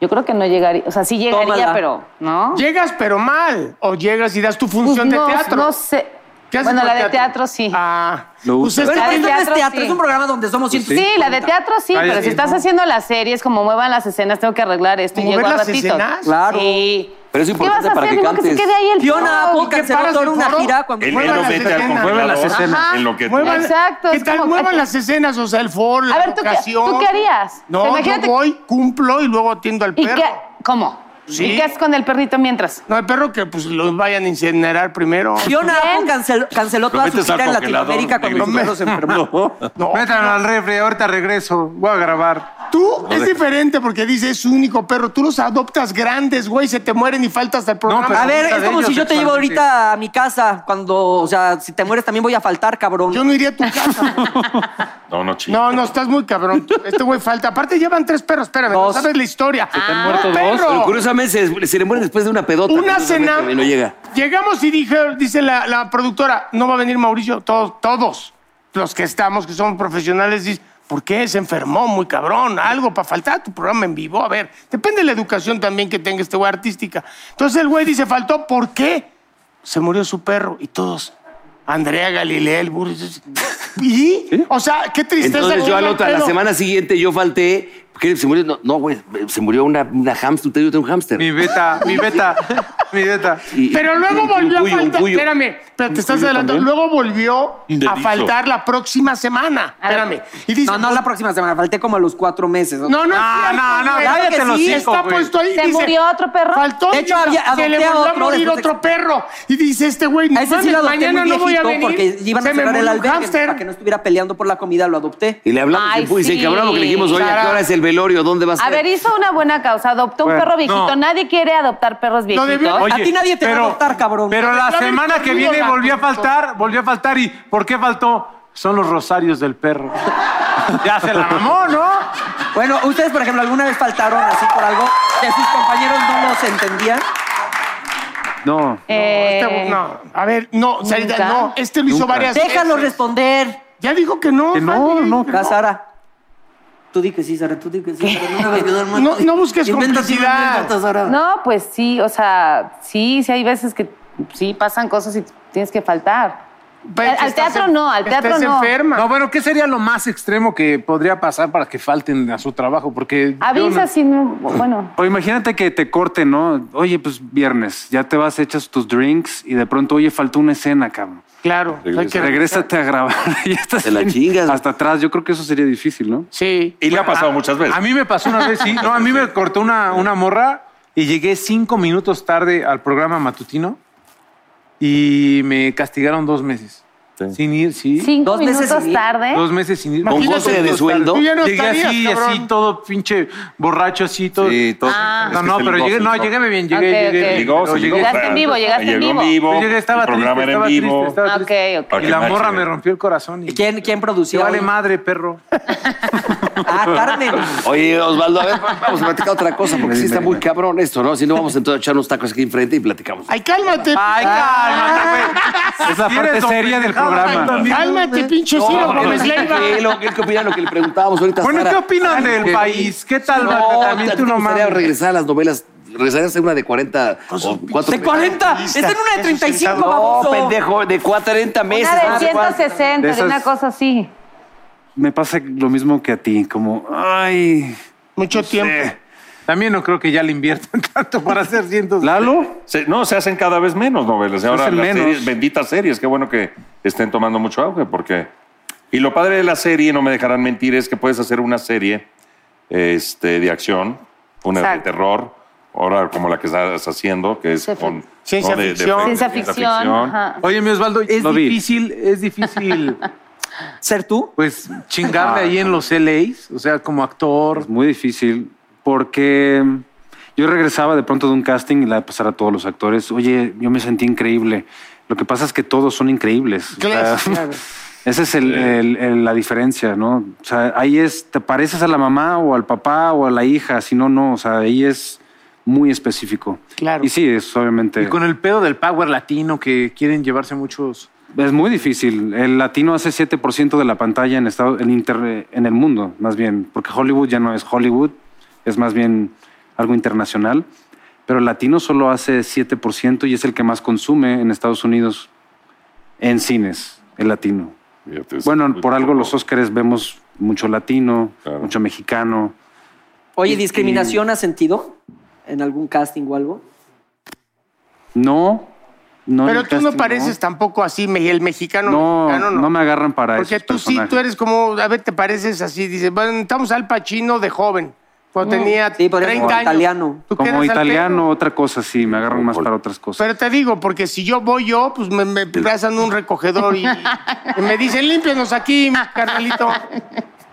G: yo creo que no llegaría. O sea, sí llegaría,
D: Tómala.
G: pero no.
F: Llegas pero mal. O llegas y das tu
G: Pues,
F: función
G: no,
F: de teatro.
G: no sé.
F: ¿Qué haces
G: Bueno,
F: con
G: la de
F: teatro?
G: teatro, sí.
F: Ah,
H: Lo
F: pues
H: usa.
F: es-
D: Pero
G: La de
D: esto no es
G: teatro,
D: teatro,
G: sí.
D: es un programa donde somos
G: Sí,
D: 150.
G: la de teatro sí,
C: Ahí
G: pero
C: sí,
G: si estás
C: ¿no?
G: haciendo las series, como muevan las escenas, tengo que arreglar esto y
F: ¿Mover
G: llego a
F: las
G: ratitos.
F: escenas?
D: Claro.
G: Sí.
B: Pero es importante
G: ¿Qué vas a
B: para
G: hacer?
B: que
G: Digo que se
B: cantes.
G: quede ahí el
D: Fiona Apple
G: foro.
D: canceló
F: paras
D: toda
F: el
D: una
F: foro?
D: gira cuando
E: Él,
D: fue
E: él
F: Muevan
E: lo
F: las
E: mete al
F: escenas.
H: Muevan las
E: congelador
H: escenas.
E: en lo que
F: muevan-
G: Exacto,
F: ¿Qué
G: es
F: tal?
G: como-
F: Muevan las escenas, o sea, el foro, la
G: A ver, ¿tú qué-
F: locación.
G: tú qué harías? O sea,
F: No, yo
G: imagínate-
F: voy, cumplo y luego atiendo al
G: ¿Y
F: perro.
G: qué? ¿Cómo?
F: Sí.
G: ¿Y qué haces con el perrito mientras?
F: No, el perro que pues los vayan a incinerar primero.
D: Fiona Apple canceló, canceló toda su
E: metes al
D: gira en
E: congelador,
D: Latinoamérica cuando su
E: negrito.
D: perro se enfermó.
F: No,
C: Métanlo al refri, ahorita regreso, voy a grabar.
F: tú es diferente porque dice es su único perro. Tú los adoptas grandes, güey, se te mueren y faltas al programa.
C: pero-
D: A ver,
C: Pregunta
D: es
C: de
D: como
C: ellos
D: si yo te llevo
C: sexualmente.
D: ahorita a mi casa cuando, o sea, si te mueres también voy a faltar, cabrón.
F: yo no iría a tu casa. güey.
E: No, no, chico.
F: No, no, estás muy cabrón. Este güey falta. Aparte llevan tres perros, espérame,
D: Dos.
F: no sabes la historia. Ah, Se
H: te han muerto dos.
B: Pero curiosamente se, se le muere después de una pedota.
F: Una
B: curiosamente,
F: cena.
B: Y no llega.
F: Llegamos y dije, dice la, la productora, no va a venir Mauricio. Todos, todos los que estamos, que somos profesionales, dicen, ¿por qué? Se enfermó muy cabrón, algo para faltar a tu programa en vivo. A ver, depende de la educación también que tenga este güey artística. Entonces el güey dice, faltó, ¿por qué? Se murió su perro y todos. Andrea Galilea, el burro. ¿Y? O sea, qué tristeza.
B: Entonces
F: que
B: yo a la,
F: iba
B: otra-
F: el
B: la
F: pedo.
B: semana siguiente yo falté. ¿Qué? ¿Se murió? No, No, güey, se murió una, una hámster. Usted tengo un hámster.
C: Mi beta, mi beta, mi beta.
B: Y-
F: Pero luego
B: un- un
F: volvió
B: cuyo,
F: a
B: un
F: faltar.
B: cuyo.
F: Espérame, pero te estás
E: cuyo
F: adelantando.
E: también.
F: Luego volvió a
E: Indelizo.
F: faltar la próxima semana.
G: A ver.
F: Espérame. Y dice. pues,
D: No, no la próxima semana, falté como a los cuatro meses.
F: No, no, es
C: No,
F: cierto,
C: no, no,
F: güey.
C: cállate
F: Claro que
C: los
F: sí,
C: cinco,
F: Está
C: güey.
F: puesto ahí.
G: ¿Se
F: dice,
G: murió otro perro?
F: Faltó.
D: De hecho,
F: y
D: había-
F: se le
D: adopté a
F: volvió a
D: otro
F: morir
D: después de-
F: otro perro. Y dice este güey, no
D: A ese sí
F: mames,
D: lo adopté
F: mañana
D: muy
F: no voy a
D: viejito
F: venir.
D: porque iban
F: se
D: a
F: me
D: cerrar el
F: murió un
D: albergue
F: hámster.
D: para que no estuviera peleando por la comida, lo adopté.
B: Y le hablamos
G: Ay,
B: y fue, y se
G: sí.
B: cabrón porque le dijimos, oye, ¿a qué
F: Sara.
B: hora es el velorio? ¿Dónde vas a
G: A ver, hizo una buena causa, adoptó un
H: Bueno,
G: perro viejito.
C: no.
G: Nadie quiere adoptar perros
F: debió-
G: viejitos.
D: A ti nadie te va a adoptar, cabrón.
C: Pero la
F: Debió haber
C: semana que
F: corrido
C: viene
F: la
C: volvió a
F: productora.
C: faltar, volvió a faltar. ¿Y por qué faltó? Son los rosarios del perro. ya se la mamó, ¿no?
D: Bueno, ustedes, por ejemplo, alguna vez faltaron así por algo que sus compañeros no los entendían.
H: No,
G: Eh,
F: Este- no, a ver, no, Sarita,
G: nunca.
F: no. Este lo hizo
H: Nunca.
F: varias
D: Déjalo
F: veces.
D: responder.
F: Ya dijo que no.
H: Que no,
F: Fanny,
H: no,
F: que
D: Va, Sara. Tú di que sí, Sara, tú di que sí. Sara, no me vas a quedar mal.
F: No- no busques
D: Inventa tú,
F: complicidad.
D: inventa, Sara.
G: No, pues sí, o sea, sí, sí hay veces que sí pasan cosas y tienes que faltar.
F: Pero
G: Al- al
F: estás
G: teatro
F: en-
G: no, al teatro
F: estás
G: no.
F: enferma.
C: No, bueno, ¿qué sería lo más extremo que podría pasar para que falten a su trabajo? Porque yo
G: Avisa
C: no-
G: si no, bueno.
H: O imagínate que te corten, ¿no? Oye, pues viernes, ya te vas, echas tus drinks y de pronto, oye, faltó una escena, cabrón.
F: Claro, hay que
H: Regrésate a grabar. y estás
B: Te la
H: en-
B: chingas.
H: Hasta atrás, yo creo que eso sería difícil, ¿no?
F: Sí.
E: Y le ha pasado muchas veces.
C: A mí me pasó una vez, sí. No, a mí me cortó una, una morra y llegué cinco minutos tarde al programa matutino y me castigaron dos meses. Sin ir, sí.
G: Cinco ¿eh?
D: Dos veces
G: minutos
D: sin ir.
G: tarde.
C: Dos meses sin ir.
B: ¿Con
C: Imagínate
B: goce de
C: tú estar-
B: sueldo?
F: Tú ya no
C: llegué
F: estarías,
C: así,
F: cabrón.
C: así, todo pinche borracho, así, todo.
E: Sí, todo-
G: Ah.
E: es
C: No,
E: que
C: no,
E: se
C: pero
E: ligó,
C: llegué,
E: se
C: no,
E: ligó.
C: llegué bien, llegué,
G: Ok,
C: llegué.
G: ok.
E: Se ligó,
C: pero
E: se ligó.
C: llegué-
G: Llegaste en vivo, llegaste en
E: Llegó
G: vivo.
C: Yo llegué, estaba
E: el programa
C: triste,
E: era
C: estaba
E: en vivo.
C: triste, estaba
G: Ah,
C: triste.
G: ok, ok.
E: Para
C: Y
E: que
C: la
E: nadie
C: morra
E: se
C: me
E: vea.
C: rompió el corazón. Y,
D: ¿Quién, quién
C: Te
D: producía?
C: vale
D: hoy?
C: madre, perro.
D: Ah, Carmen.
B: Oye, Osvaldo, a ver, vamos a platicar otra cosa, porque sí está muy cabrón esto, ¿no? Si no, vamos entonces a echar unos tacos aquí enfrente y platicamos.
F: Ay, cálmate.
C: Ay,
F: Ah,
C: cálmate, güey.
H: Es la
C: Si
H: parte
C: eres don
H: seria del
C: pendejado,
H: programa.
C: ay, también.
F: Cálmate, pinche Ciro
B: No,
F: Gómez Leiva.
B: tranquilo, ¿qué qué opinan lo que le preguntábamos ahorita? a
C: Bueno,
B: Sara?
C: ¿qué opinan del
B: ¿Qué?
C: país? ¿Qué tal
B: No,
C: maltratamiento
B: ¿a ti te
C: humano?
B: gustaría regresar a las novelas? ¿Regresaría a hacer una de 40 o cuatro?
D: De 40. Está en una de 35,
B: No,
D: baboso.
B: pendejo, de 40 meses.
G: Una de
B: no sé cuánto.
G: 160, de,
H: De
G: una
H: esas-
G: cosa así.
H: Me pasa lo mismo que a ti, como, ay,
F: Mucho tiempo.
H: eh,
C: También no creo que ya le inviertan tanto para hacer cientos.
H: Lalo,
E: Se- no, se hacen cada vez menos novelas. Y
H: Se
E: Ahora
H: hacen
E: las
H: menos.
E: series, benditas series, qué bueno que estén tomando mucho auge, porque. Y lo padre de la serie, no me dejarán mentir, es que puedes hacer una serie este, de acción, una de
G: Exacto.
E: terror, ahora como la que estás haciendo, que es
G: Ciencia
E: con.
F: Ciencia
E: no, de- de-
F: ficción.
G: Ciencia ficción. ajá.
C: Oye, mi Osvaldo, es
H: Lo vi.
C: difícil, es difícil,
D: ¿Ser tú?
C: pues, chingarle ahí en los LAs, o sea, como actor.
H: Es muy difícil porque mm, yo regresaba de pronto de un casting y la pasar a todos los actores. Oye, yo me sentí increíble. Lo que pasa es que todos son increíbles. O sea,
C: Ah.
H: esa es el- el- el- la diferencia, ¿no? O sea, ahí es, te pareces a la mamá o al papá o a la hija, si no, no. O sea, ahí es muy específico.
F: Claro.
H: Y sí, es obviamente.
C: Y con el pedo del power latino que quieren llevarse muchos.
H: Es muy difícil. El latino hace 7% de la pantalla en, estado, en, inter- en el mundo, más bien, porque Hollywood ya no es Hollywood, es más bien algo internacional. Pero el latino solo hace 7% y es el que más consume en Estados Unidos en cines, el latino.
E: Fíjate, es
H: Bueno,
E: muy
H: por algo
E: poco.
H: los Óscares vemos mucho latino,
E: Claro.
H: mucho mexicano.
D: Oye, ¿discriminación has sentido en algún casting o algo?
H: No, no. en
F: Pero
H: el
F: tú no
H: casting,
F: pareces tampoco así, me- el mexicano.
H: No,
F: mexicano,
H: no me agarran para eso.
F: Porque tú sí, tú eres como, a ver, te pareces así, dices, bueno, estamos al Pacino de joven, cuando tenía
D: Sí, por eso,
F: 30
D: como
F: años.
D: italiano.
F: Tú quedas
H: Como
F: al
H: italiano, otra cosa, sí, me agarran más para otras
F: pedo.
H: cosas.
F: Pero te digo, porque si yo voy yo, pues me, me pasan un recogedor y, y me dicen, límpianos aquí, carnalito.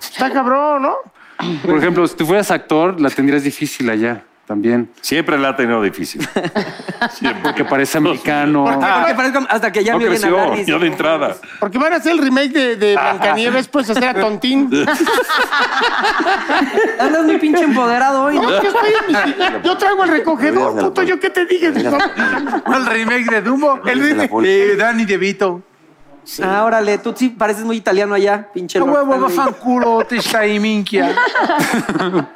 F: Está cabrón, ¿no? Pues,
H: Por ejemplo, si tú fueras actor, la tendrías difícil allá también.
E: Siempre la ha tenido difícil.
H: Porque parece
C: Pues,
H: americano.
C: Ah.
F: Ah.
D: Porque parezco- hasta que ya
E: no
D: me oyen
E: creció,
D: hablar. y dicen,
E: yo de entrada.
F: Porque van a hacer el remake de, de Blancanieves, pues hacer a Tontín.
D: Andas muy pinche empoderado hoy, ¿no?
F: No, yo, estoy en mi- yo traigo el recogedor, puto, yo qué te dije.
C: El remake de Dumbo, el
B: de la
C: remake
B: bolsa.
C: de Danny DeVito.
D: Ah, órale, tú sí pareces muy italiano allá, pinche.
C: No
D: Lord
C: huevo, va
D: Henry.
C: fancuro, te está y minquia.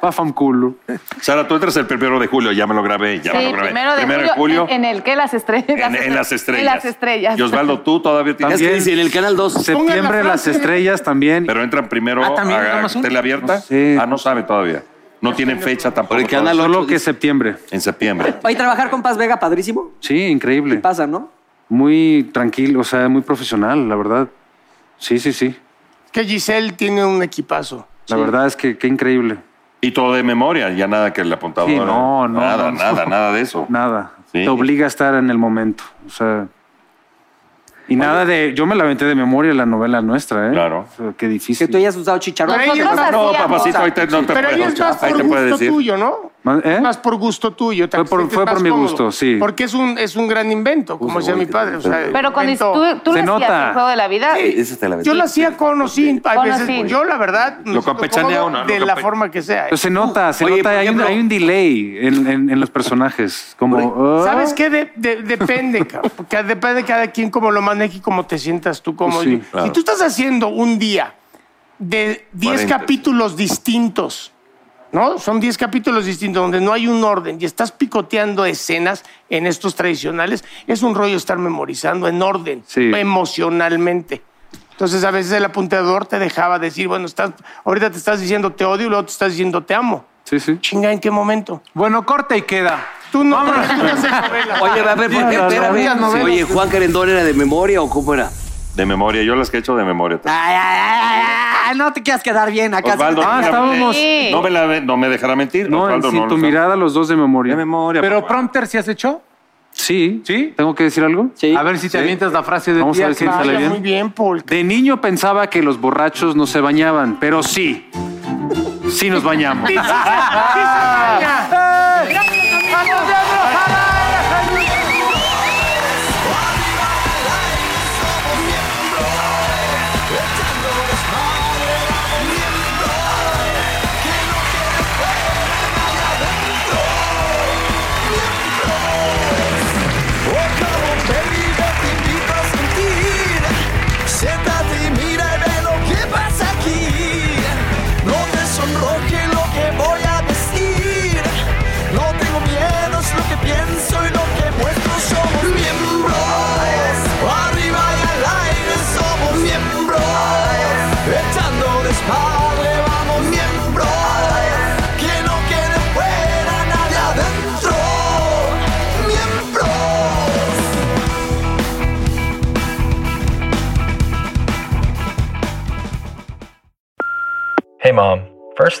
H: Pafam culo.
E: Sara, tú entras el primero de julio, ya me lo grabé, ya me
G: Sí,
E: lo grabé.
G: primero de julio. En, en el que las estrellas.
E: en, en las estrellas.
G: En las estrellas.
E: Y Osvaldo, tú todavía
B: Es
E: tienes.
B: que
H: También.
B: dice en el canal 2.
H: Septiembre,
F: Pongan la
H: las
F: frase.
H: estrellas también.
E: Pero entran primero
C: Ah, también nada
E: a
C: más uno.
E: tele abierta.
H: No sé.
E: Ah, no sabe todavía. No tienen fecha tampoco.
B: Porque anda lo-
H: Solo que septiembre.
E: En septiembre.
D: Oye, trabajar con Paz Vega, padrísimo.
H: Sí,
D: ¿Qué
H: increíble.
D: pasa, no?
H: Muy tranquilo, o sea, muy profesional, la verdad. Sí, sí, sí.
F: Que Giselle tiene un equipazo.
H: La verdad es que qué increíble.
E: Y todo de memoria, ya nada que el apuntador.
H: Sí, no, no,
E: Nada,
H: no.
E: nada, nada de eso.
H: Nada.
E: Sí.
H: Te obliga a estar en el momento. O sea. Y nada de. Yo me la aventé de memoria la novela nuestra, ¿eh?
E: Claro.
H: O sea, qué
D: Que
H: difícil.
D: tú hayas usado chicharrón.
F: Pero ahí
G: Nosotros
F: no,
E: No,
G: hacíamos.
E: papacito, ahí te, no te
F: Pero ahí
E: puedo,
F: es más
E: ahí
F: por
E: te puedes
F: gusto
E: decir.
F: tuyo, ¿no?
C: Más- ¿eh?
F: Más por gusto tuyo. te
C: Fue por-
F: sientes
C: fue
F: más
C: por mi
F: cómodo.
C: gusto, sí.
F: Porque es un, es un gran invento, como decía mi padre. o sea,
I: Pero cuando
F: invento-
I: tú, tú
C: Se
I: lo hacías
C: nota.
I: el juego de la vida,
D: Esa te la
F: Yo
D: vendí.
F: lo hacía con o sin. Hay
I: Con o
F: veces,
I: sin.
F: yo la verdad, me
E: Lo
F: siento
E: campechanea
F: cómodo
E: uno, lo
F: de la
E: campe-
F: forma que sea. ¿eh?
C: Pero se nota, se
J: Oye,
C: nota.
J: por
C: Hay, un,
J: ejemplo-
C: hay un delay en, en- en los personajes. Como, "Ah".
F: ¿Sabes qué? De- de- depende, cabrón, porque depende de cada quien cómo lo maneje y cómo te sientas tú cómodo.
C: Sí,
F: Si
E: claro.
F: tú estás haciendo un día de 10
E: 40.
F: capítulos distintos, ¿no? Son 10 capítulos distintos donde no hay un orden y estás picoteando escenas en estos tradicionales, es un rollo estar memorizando en orden,
C: Sí.
F: emocionalmente. Entonces, a veces el apuntador te dejaba decir, bueno, estás, ahorita te estás diciendo te odio y luego te estás diciendo te amo.
C: Sí, sí.
F: Chinga, ¿en qué momento?
J: Bueno, corta y queda.
F: Tú no
J: Vámonos.
F: tú no haces novelas.
D: Oye, a ver, ¿por qué? Espérame.
J: novelas, novelas.
D: Oye, ¿Juan Querendón era de memoria o cómo era?
E: De memoria, yo las que he hecho de memoria.
D: Ah,
E: también.
G: Ay, ay, ay, ay, ay, no te quieras quedar bien acá.
E: Osvaldo,
C: Ah,
E: no,
C: estábamos-
E: eh, no, me la- no me dejará mentir.
C: No, en
E: Osvaldo,
C: sin
E: no
C: tu
E: lo sabe.
C: mirada, los dos de
E: De
C: memoria.
E: memoria.
J: Pero
E: papá.
J: prompter si has hecho.
C: Sí.
J: ¿Sí?
C: ¿Tengo que decir algo?
K: Sí.
J: A ver si te avientas la frase de
C: Vamos a
J: día
C: ver si
J: que-
C: me sale
F: Vaya,
C: bien.
F: muy bien, Paul.
C: De niño pensaba que los borrachos no se bañaban, pero sí. Sí nos bañamos.
L: Oh, cabrón, baby, te invito a sentir. Siéntate y mira y ve lo que pasa aquí. No te sonroje lo que voy a decir. No tengo miedo, es lo que pienso y lo que muestro. Somos miembros. Arriba y al aire somos miembros. Echando desmadre vamos miembros. Que no quede fuera nadie adentro. Miembros.
B: Hey mom, first